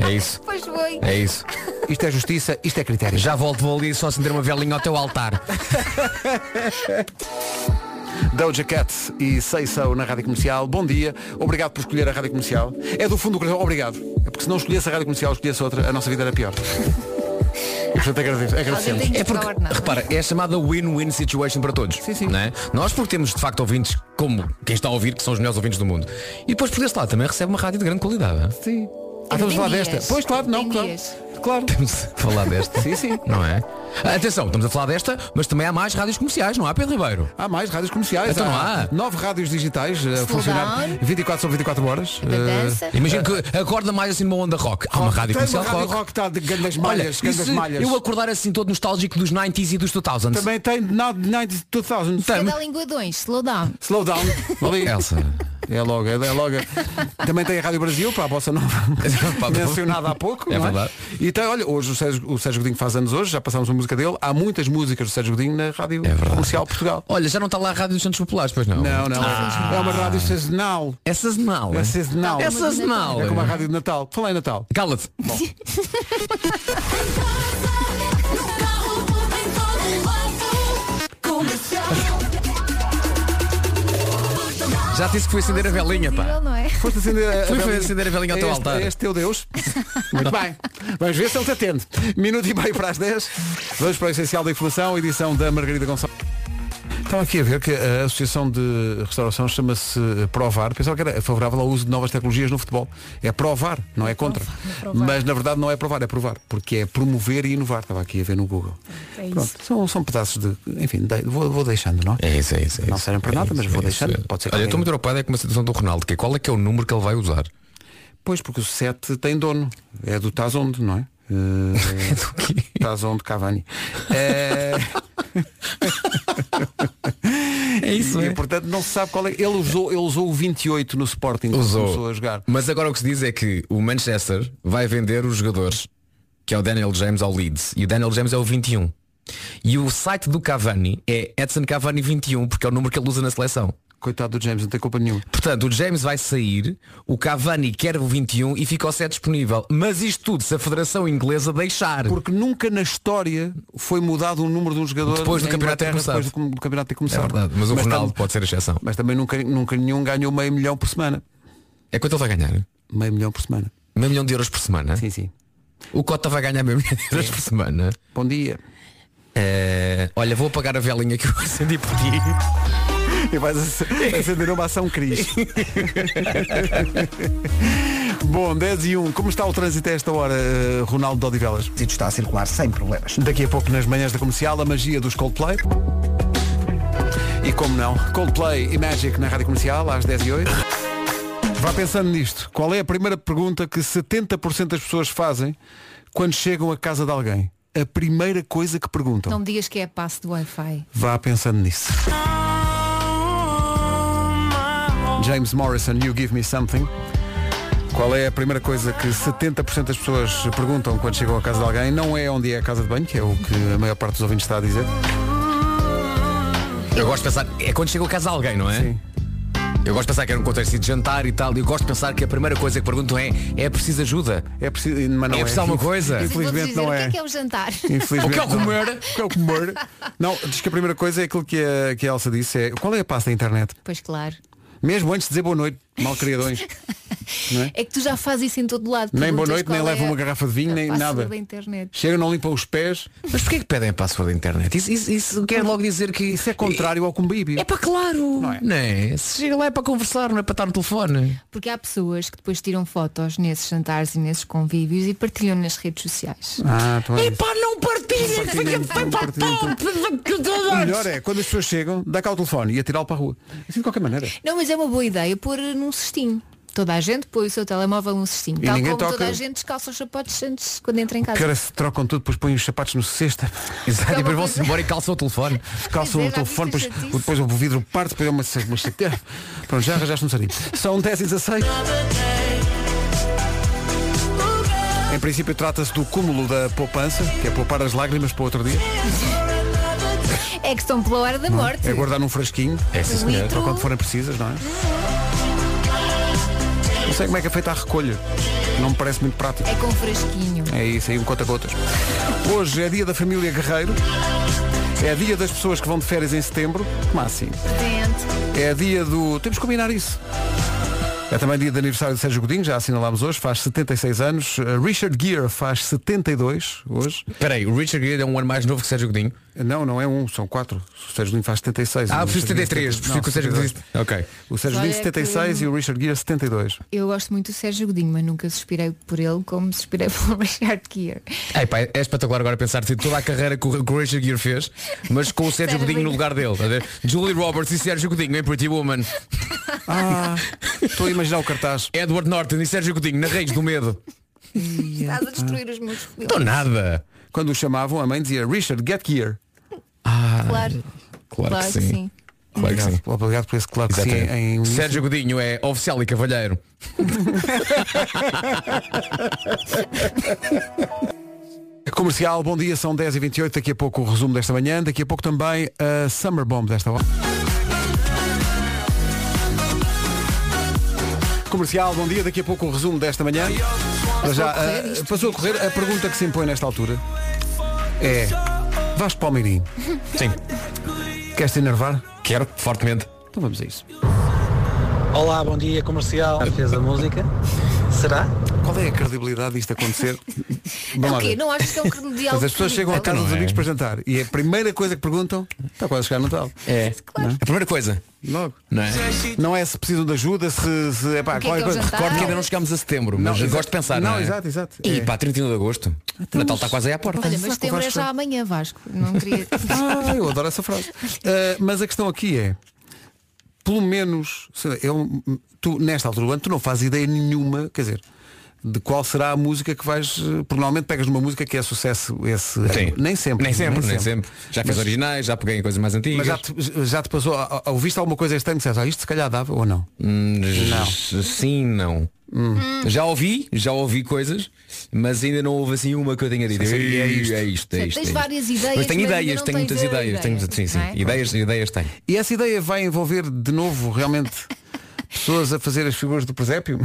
S6: É isso.
S3: Pois foi.
S6: É isso.
S1: Isto é justiça, isto é critério.
S6: Já volto, vou ali só acender uma velinha ao teu altar.
S1: Doja Cat e Sei Sou na Rádio Comercial. Bom dia, obrigado por escolher a Rádio Comercial. É do fundo do coração, obrigado. É porque se não escolhesse a Rádio Comercial, escolhesse outra, a nossa vida era pior. E, portanto, agradeço, agradecemos.
S6: É porque, repara, é a chamada win-win situation para todos. não é? Nós porque temos de facto ouvintes como quem está a ouvir, que são os melhores ouvintes do mundo. E depois por esse lado também recebe uma rádio de grande qualidade. não é?
S1: Sim. Ah, estamos a falar desta. Pois claro, não, claro. Claro.
S6: Estamos a falar desta.
S1: sim, sim.
S6: Não é? Atenção, estamos a falar desta, mas também há mais rádios comerciais, não há, Pedro Ribeiro?
S1: Há mais rádios comerciais.
S6: Então não há.
S1: Nove rádios digitais a funcionar
S6: down.
S1: 24 sobre 24 horas. Eh,
S6: Imagino que acorda mais assim numa onda rock. Há uma
S1: Rock.
S6: rádio
S1: Tem uma
S6: comercial
S1: rádio rock que está de grandes
S6: Olha,
S1: malhas, grandes
S6: e se
S1: malhas.
S6: Eu acordar assim todo nostálgico dos 90s e dos 2000s.
S1: Também tem 90s, 2000s.
S3: Cada linguadões, slow down.
S1: Slow down. Ali.
S6: Elsa.
S1: É logo, é logo. Também tem a Rádio Brasil para a Bossa Nova, mencionada há pouco.
S6: É
S1: não
S6: verdade.
S1: E tem, olha, hoje o Sérgio, o Sérgio Godinho faz anos hoje, já passámos uma música dele. Há muitas músicas do Sérgio Godinho na Rádio Comercial Portugal.
S6: Olha, já não está lá a Rádio dos Santos Populares, pois É não?
S1: Não,
S6: Ah.
S1: não. É uma rádio sazonal.
S6: É sazonal.
S1: É sazonal.
S6: É sazonal.
S1: É como a Rádio de Natal. Fala em Natal.
S6: Cala-te. Já disse que fui acender a velinha, pá.
S3: Não é?
S1: Foste acender a,
S6: Fui
S1: velinha.
S6: acender a velinha ao teu
S1: Este-
S6: altar.
S1: Este teu Deus. Muito bem. Vamos ver se ele te atende. Minuto e meio para as 10. Vamos para o Essencial da Informação, edição da Margarida Gonçalves. Estava aqui a ver que a Associação de Restauração chama-se Provar. Pensava que era favorável ao uso de novas tecnologias no futebol. É provar, não é contra. Mas na verdade não é provar, é provar. Porque é promover e inovar. Estava aqui a ver no Google.
S3: É isso.
S1: Pronto, são, são pedaços de. Enfim, de- vou, vou deixando, não é?
S6: É isso, é isso. é
S1: Não
S6: isso.
S1: servem para
S6: É
S1: nada,
S6: isso,
S1: mas vou
S6: é isso.
S1: deixando. Pode ser
S6: Olha, eu
S1: qualquer
S6: estou muito preocupado é com uma situação do Ronaldo, que é qual é que é o número que ele vai usar?
S1: Pois, porque o 7 tem dono. É do Tazondo, não é? Eh, Tazondo Cavani. Eh,
S6: É isso,
S1: e,
S6: é.
S1: portanto não se sabe qual é. Ele usou, ele usou o 28 no Sporting quando começou a jogar.
S6: Mas agora o que se diz é que o Manchester vai vender os jogadores, que é o Daniel James ao Leeds, e o Daniel James é o 21. E o site do Cavani é Edson Cavani 21, porque é o número que ele usa na seleção.
S1: Coitado do James, não tem culpa nenhuma.
S6: Portanto, o James vai sair, o Cavani quer o 21 e fica o 7 disponível. Mas isto tudo se a Federação Inglesa deixar.
S1: Porque nunca na história foi mudado o número de um jogador
S6: Depois do
S1: em
S6: campeonato
S1: Inglaterra
S6: ter começado.
S1: depois do, do campeonato ter
S6: É
S1: começado.
S6: verdade, mas o Ronaldo
S1: tam-
S6: pode ser a exceção.
S1: mas também nunca, nunca nenhum ganhou meio milhão por semana.
S6: É quanto ele vai ganhar?
S1: Meio milhão por semana.
S6: Meio milhão de euros por semana?
S1: Sim, sim.
S6: O Cota vai ganhar meio milhão de euros por semana?
S1: Bom dia.
S6: É, olha, vou apagar a velinha que eu acendi por ti.
S1: E vais ac- acender uma ação Cris. Bom, 10 e 1. Como está o trânsito a esta hora, eh, Ronaldo de Odivelas?
S2: trânsito está a circular sem problemas.
S1: Daqui a pouco nas manhãs da comercial, a magia dos Coldplay. E como não, Coldplay e Magic na rádio comercial às 10 e 8. Vá pensando nisto. Qual é a primeira pergunta que 70% das pessoas fazem quando chegam à casa de alguém? A primeira coisa que perguntam.
S3: Não me digas que é passo do Wi-Fi.
S1: Vá pensando nisso. James Morrison, You Give Me Something. Qual é a primeira coisa que 70% das pessoas perguntam quando chegam à casa de alguém? Não é onde é a casa de banho, que é o que a maior parte dos ouvintes está a dizer.
S6: Eu gosto de pensar, é quando chega ao casa de alguém, não é?
S1: Sim.
S6: Eu gosto de pensar que era um contexto de jantar e tal, e eu gosto de pensar que a primeira coisa que perguntam é, é preciso ajuda?
S1: É preciso, mas não
S6: É preciso alguma coisa?
S3: vou
S1: Infelizmente
S3: dizer
S1: não
S3: o que
S1: é.
S3: é que é o jantar.
S1: Infelizmente.
S6: O que é o
S1: não.
S6: comer?
S1: O que é o comer? Não, diz que a primeira coisa é aquilo que a, que a Elsa disse, é qual é a pasta da internet?
S3: Pois claro.
S1: Mesmo antes de dizer boa noite, mal criadões.
S3: É que tu já fazes isso em todo lado.
S1: Nem boa
S3: Perguntas
S1: noite, nem
S3: qual
S1: leva
S3: é
S1: uma garrafa de vinho,
S3: a
S1: nem
S3: password
S1: nada.
S3: da internet.
S1: Chega, não limpa os pés.
S6: Mas porquê é que pedem a password da internet? Isso, isso, isso quer logo dizer que.
S1: Isso é contrário ao cumbíbio.
S6: É para claro! Não é? Se chega lá é para conversar, não é para estar no telefone.
S3: Porque há pessoas que depois tiram fotos nesses jantares e nesses convívios e partilham nas redes sociais.
S1: Ah, então é isso. então.
S6: pá, não partilha!
S3: é
S1: partilhem,
S6: fica- vai
S1: não
S6: para a
S1: partilhem,
S6: porta,
S1: O
S6: que-
S1: melhor é quando as pessoas chegam, dá cá o telefone e atirá-lo para a rua. Assim de qualquer maneira.
S3: Não, mas é uma boa ideia pôr num cestinho. Toda a gente põe o seu telemóvel num cestinho.
S1: E
S3: tal
S1: ninguém
S3: como
S1: toca.
S3: toda a gente descalça os sapatos antes quando entra em casa.
S1: Que hora se trocam tudo, depois põem os sapatos no cesta,
S6: Exato, e
S3: uma
S6: depois vão-se
S3: coisa-
S6: embora e calçam o telefone.
S1: calçam
S3: Pois é,
S1: o
S3: já
S1: telefone,
S3: viste
S1: depois,
S3: a chatice?
S1: depois o vidro parte, depois é uma, uma chateira. Pronto, já arranjaste um sarinho. São 10 e 16. Em princípio trata-se do cúmulo da poupança, que é poupar as lágrimas para outro dia.
S3: É que estão pela hora da morte.
S1: É guardar num frasquinho.
S6: É sim, senhora.
S1: Para quando forem precisas, não é? Não sei como é que é feita a recolha. Não me parece muito prático.
S3: É com fresquinho.
S1: É isso aí, um conta-gotas. Hoje é dia da família Guerreiro. É dia das pessoas que vão de férias em setembro. Como assim?
S3: Gente,
S1: É dia do. Temos que combinar isso. É também dia de aniversário de Sérgio Godinho, já assinalámos hoje, faz 76 anos. Uh, Richard Gere faz 72 hoje.
S6: Espera aí, o Richard Gere é um ano mais novo que Sérgio Godinho.
S1: Não, não é um, são quatro. O Sérgio Godinho faz 76.
S6: Ah,
S1: O
S6: preciso
S1: Richard Gere
S6: 73,
S1: 70.
S6: prefiro que o Sérgio
S1: Não,
S6: Godinho. Ok.
S1: O Sérgio
S3: Olha
S6: é
S1: Godinho 76
S3: que-
S1: e o Richard Gere 72.
S3: eu gosto muito do Sérgio Godinho, mas nunca suspirei por ele como suspirei pelo Richard Gere.
S6: Ei, pá, é espetacular agora pensar de toda a carreira que o que o Richard Gere fez, mas com o Sérgio
S3: Sério,
S6: Godinho no
S3: bem-
S6: lugar dele. Tá a ver? Julie Roberts e Sérgio Godinho em Pretty Woman.
S1: Ah, estou a imaginar o cartaz.
S6: Edward Norton e Sérgio Godinho na Reis do Medo.
S3: Estás a destruir os meus filhos.
S6: Então nada.
S1: Quando o chamavam, a mãe dizia Richard, get Gere.
S3: Claro,
S6: Claro,
S3: claro que
S6: Claro que
S3: sim.
S1: obrigado,
S6: sim.
S1: obrigado por esse claro que sim
S6: Exatamente.
S1: em início.
S6: Sérgio Godinho é oficial e cavalheiro.
S1: É Comercial, bom dia, são 10h28, daqui a pouco o resumo desta manhã, daqui a pouco também a Summer Bomb desta hora. Comercial, bom dia, daqui a pouco o resumo desta manhã. Para já, ah, passou a correr, a pergunta que se impõe nesta altura é Vasco Palmeirinho.
S6: Sim.
S1: Queres te enervar?
S6: Quero, fortemente.
S1: Então vamos a isso.
S11: Olá, bom dia comercial. Já fez a música? Será?
S1: Qual é a credibilidade disto acontecer? Vamos
S3: É
S1: lá
S3: o quê?
S1: ver.
S3: Não achas que é um credial
S1: Mas as pessoas chegam à casa
S3: credível?
S1: dos
S6: Não é?
S1: amigos para jantar e a primeira coisa que perguntam "Então, está quase a chegar Natal.
S6: É. A primeira coisa.
S1: Logo.
S6: Não é?
S1: Não é se precisam de ajuda, se, se é pá,
S3: O que é
S1: qual
S3: que é o
S1: coisa.
S3: jantar?
S6: Recordo que ainda não chegámos a setembro, mas
S1: Não,
S6: eu
S1: exato.
S6: gosto de pensar. Não,
S1: Não,
S6: é?
S1: exato, exato.
S6: E
S1: É.
S6: pá, 31 de agosto. Natal está quase aí à porta.
S3: Olha, Ah, então mas setembro é já amanhã, Vasco. Não queria.
S1: Ah, eu adoro essa frase. Ah, mas a questão aqui é, pelo menos, sei lá, eu, tu, nesta altura do ano, tu não fazes ideia nenhuma, quer dizer, de qual será a música que vais. eh, Porque normalmente pegas numa música que é sucesso esse ano.
S6: Sim.
S1: Nem sempre.
S6: Nem sempre, nem sempre. Já fiz
S1: Mas-
S6: originais, já peguei em coisas mais antigas.
S1: Mas já te, já te passou, a- a- ouviste alguma coisa este ano que disseste, ah, isto se calhar dava ou não?
S6: Hum, s- Sim, não. Já ouvi, já ouvi coisas, mas ainda não houve assim uma que eu tenha dito.
S1: Sim, é
S6: "Ei, É
S1: isto."
S6: isto, é isto.
S3: Tens várias ideias,
S6: Mas tenho
S3: mas ainda
S6: ideias,
S3: não
S6: tenho
S3: tens
S6: muitas
S3: a
S6: ideias.
S3: ideia,
S6: Tenho, sim, sim.
S3: não é?
S6: Ideias, ideias tenho.
S1: E essa ideia vai envolver de novo realmente pessoas a fazer as figuras do presépio?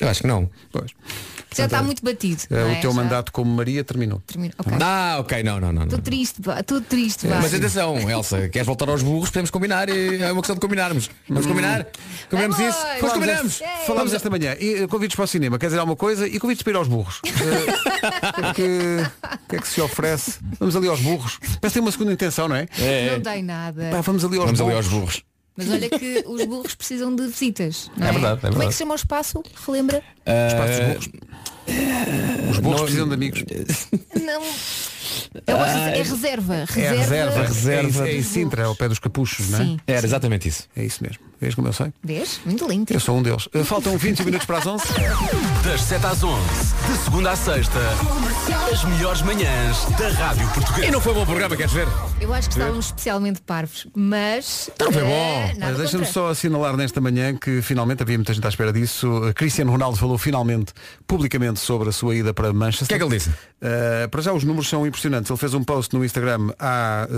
S6: Eu acho que não.
S1: Pois.
S3: Já está muito batido.
S1: Eh,
S3: não
S1: o
S3: é?
S1: teu
S3: Já
S1: mandato como Maria terminou.
S3: terminou. Ok.
S6: Ah, ok, não, não, não. não.
S3: Estou triste, pá. Estou triste, Vasco.
S6: Mas atenção, Elsa, queres voltar aos burros? Podemos combinar, e é uma questão de combinarmos. Vamos
S3: Hum.
S6: combinar? Combinamos
S3: Vamos!
S6: isso? Pois
S3: Vamos
S6: combinamos!
S3: a-
S1: Falámos esta manhã, e eh, convites para o cinema, quer dizer alguma coisa e convites para ir aos burros. Eh, O que, o que é que se oferece? Vamos ali aos burros. Parece que tem uma segunda intenção, não é?
S3: Não tem nada.
S1: Pá, vamos ali aos
S6: Vamos ali
S1: burros.
S6: aos burros.
S3: Mas olha que os burros precisam de visitas. Não
S6: É
S3: é?
S6: verdade, é
S3: Como é que
S6: verdade.
S3: se chama o espaço? Relembra?
S1: Espaço dos burros. Os burros precisam de amigos.
S3: Não. É, uma reserva. é reserva.
S1: É a reserva,
S3: reserva.
S1: a reserva. É
S3: dos
S1: em Sintra, ao pé dos capuchos, não é?
S3: Sim.
S6: Era exatamente isso.
S1: É isso mesmo. Vês como eu sei?
S3: Vês? Muito lindo.
S1: Eu sou um deles. Eh, Faltam 20 minutos para as 11.
S4: Das 7 às 11, de segunda à sexta, as melhores manhãs da Rádio Portuguesa.
S6: E não foi bom programa, queres ver?
S3: Eu acho que estavam especialmente parvos, mas.
S6: Não foi bom.
S3: eh, nada
S1: Então Olha, Deixa-me
S3: contra.
S1: só assinalar nesta manhã que finalmente havia muita gente à espera disso. Eh, Cristiano Ronaldo falou finalmente, publicamente, sobre a sua ida para Manchester. O
S6: que é que ele disse?
S1: para já os números são impressionantes. Ele fez um post no Instagram há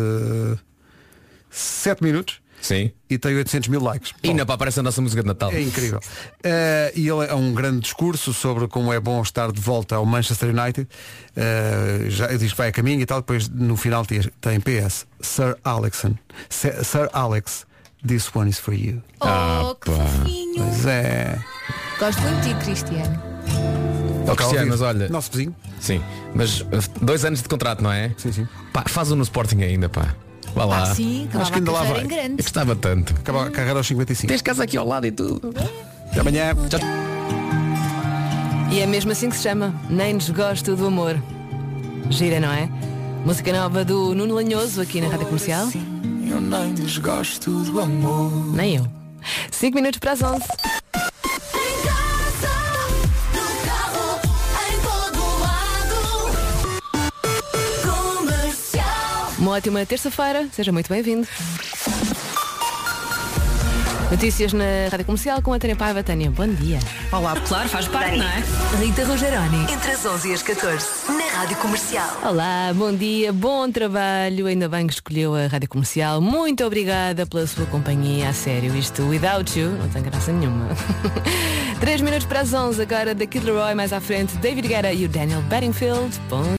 S1: 7 minutos
S6: Sim.
S1: e tem 800 mil likes.
S6: E ainda para aparecer a nossa música de Natal.
S1: É incrível. Eh, e ele é um grande discurso sobre como é bom estar de volta ao Manchester United. Eh, já diz que vai a caminho e tal, depois no final tem, tem PS. Sir Alexon. Sir Sir Alex, this one is for you. Ah,
S3: Oh, que fofinho.
S1: Pois é.
S3: Gosto muito de ti, Cristiano.
S6: Ó, Cristiano, mas olha.
S1: Nosso vizinho.
S6: Sim. Mas uh, dois anos de contrato, não é?
S1: Sim, sim.
S6: Pá, faz um no Sporting ainda, pá. Vá lá.
S3: Ah, sim,
S1: Acho que
S3: acabava a
S1: ainda lá
S3: carreira
S1: vai.
S3: em
S6: Eu
S3: grande.
S6: gostava tanto.
S1: Acaba a carreira aos 55.
S6: Tens casa aqui ao lado e tudo.
S1: Até amanhã.
S13: E é mesmo assim que se chama Nem Desgosto do Amor Gira, não é? Música nova do Nuno Lanhoso aqui na Rádio Comercial
S5: Eu nem desgosto do amor.
S13: Nem eu 5 minutos para as 11
S5: Em casa, no carro, em todo lado. Comercial.
S13: Uma ótima terça-feira, seja muito bem-vindo Notícias na Rádio Comercial com a Tânia Paiva Tânia, bom dia
S12: Olá, claro, faz parte, não é?
S13: Rita Rogeroni
S12: Entre as 11 e as 14, na Rádio Comercial.
S13: Olá, bom dia, bom trabalho. Ainda bem que escolheu a Rádio Comercial. Muito obrigada pela sua companhia. A sério, isto without you não tem graça nenhuma. Três minutos para as 11 agora da Kid Leroy, mais à frente David Guetta e o Daniel Bedingfield. Bom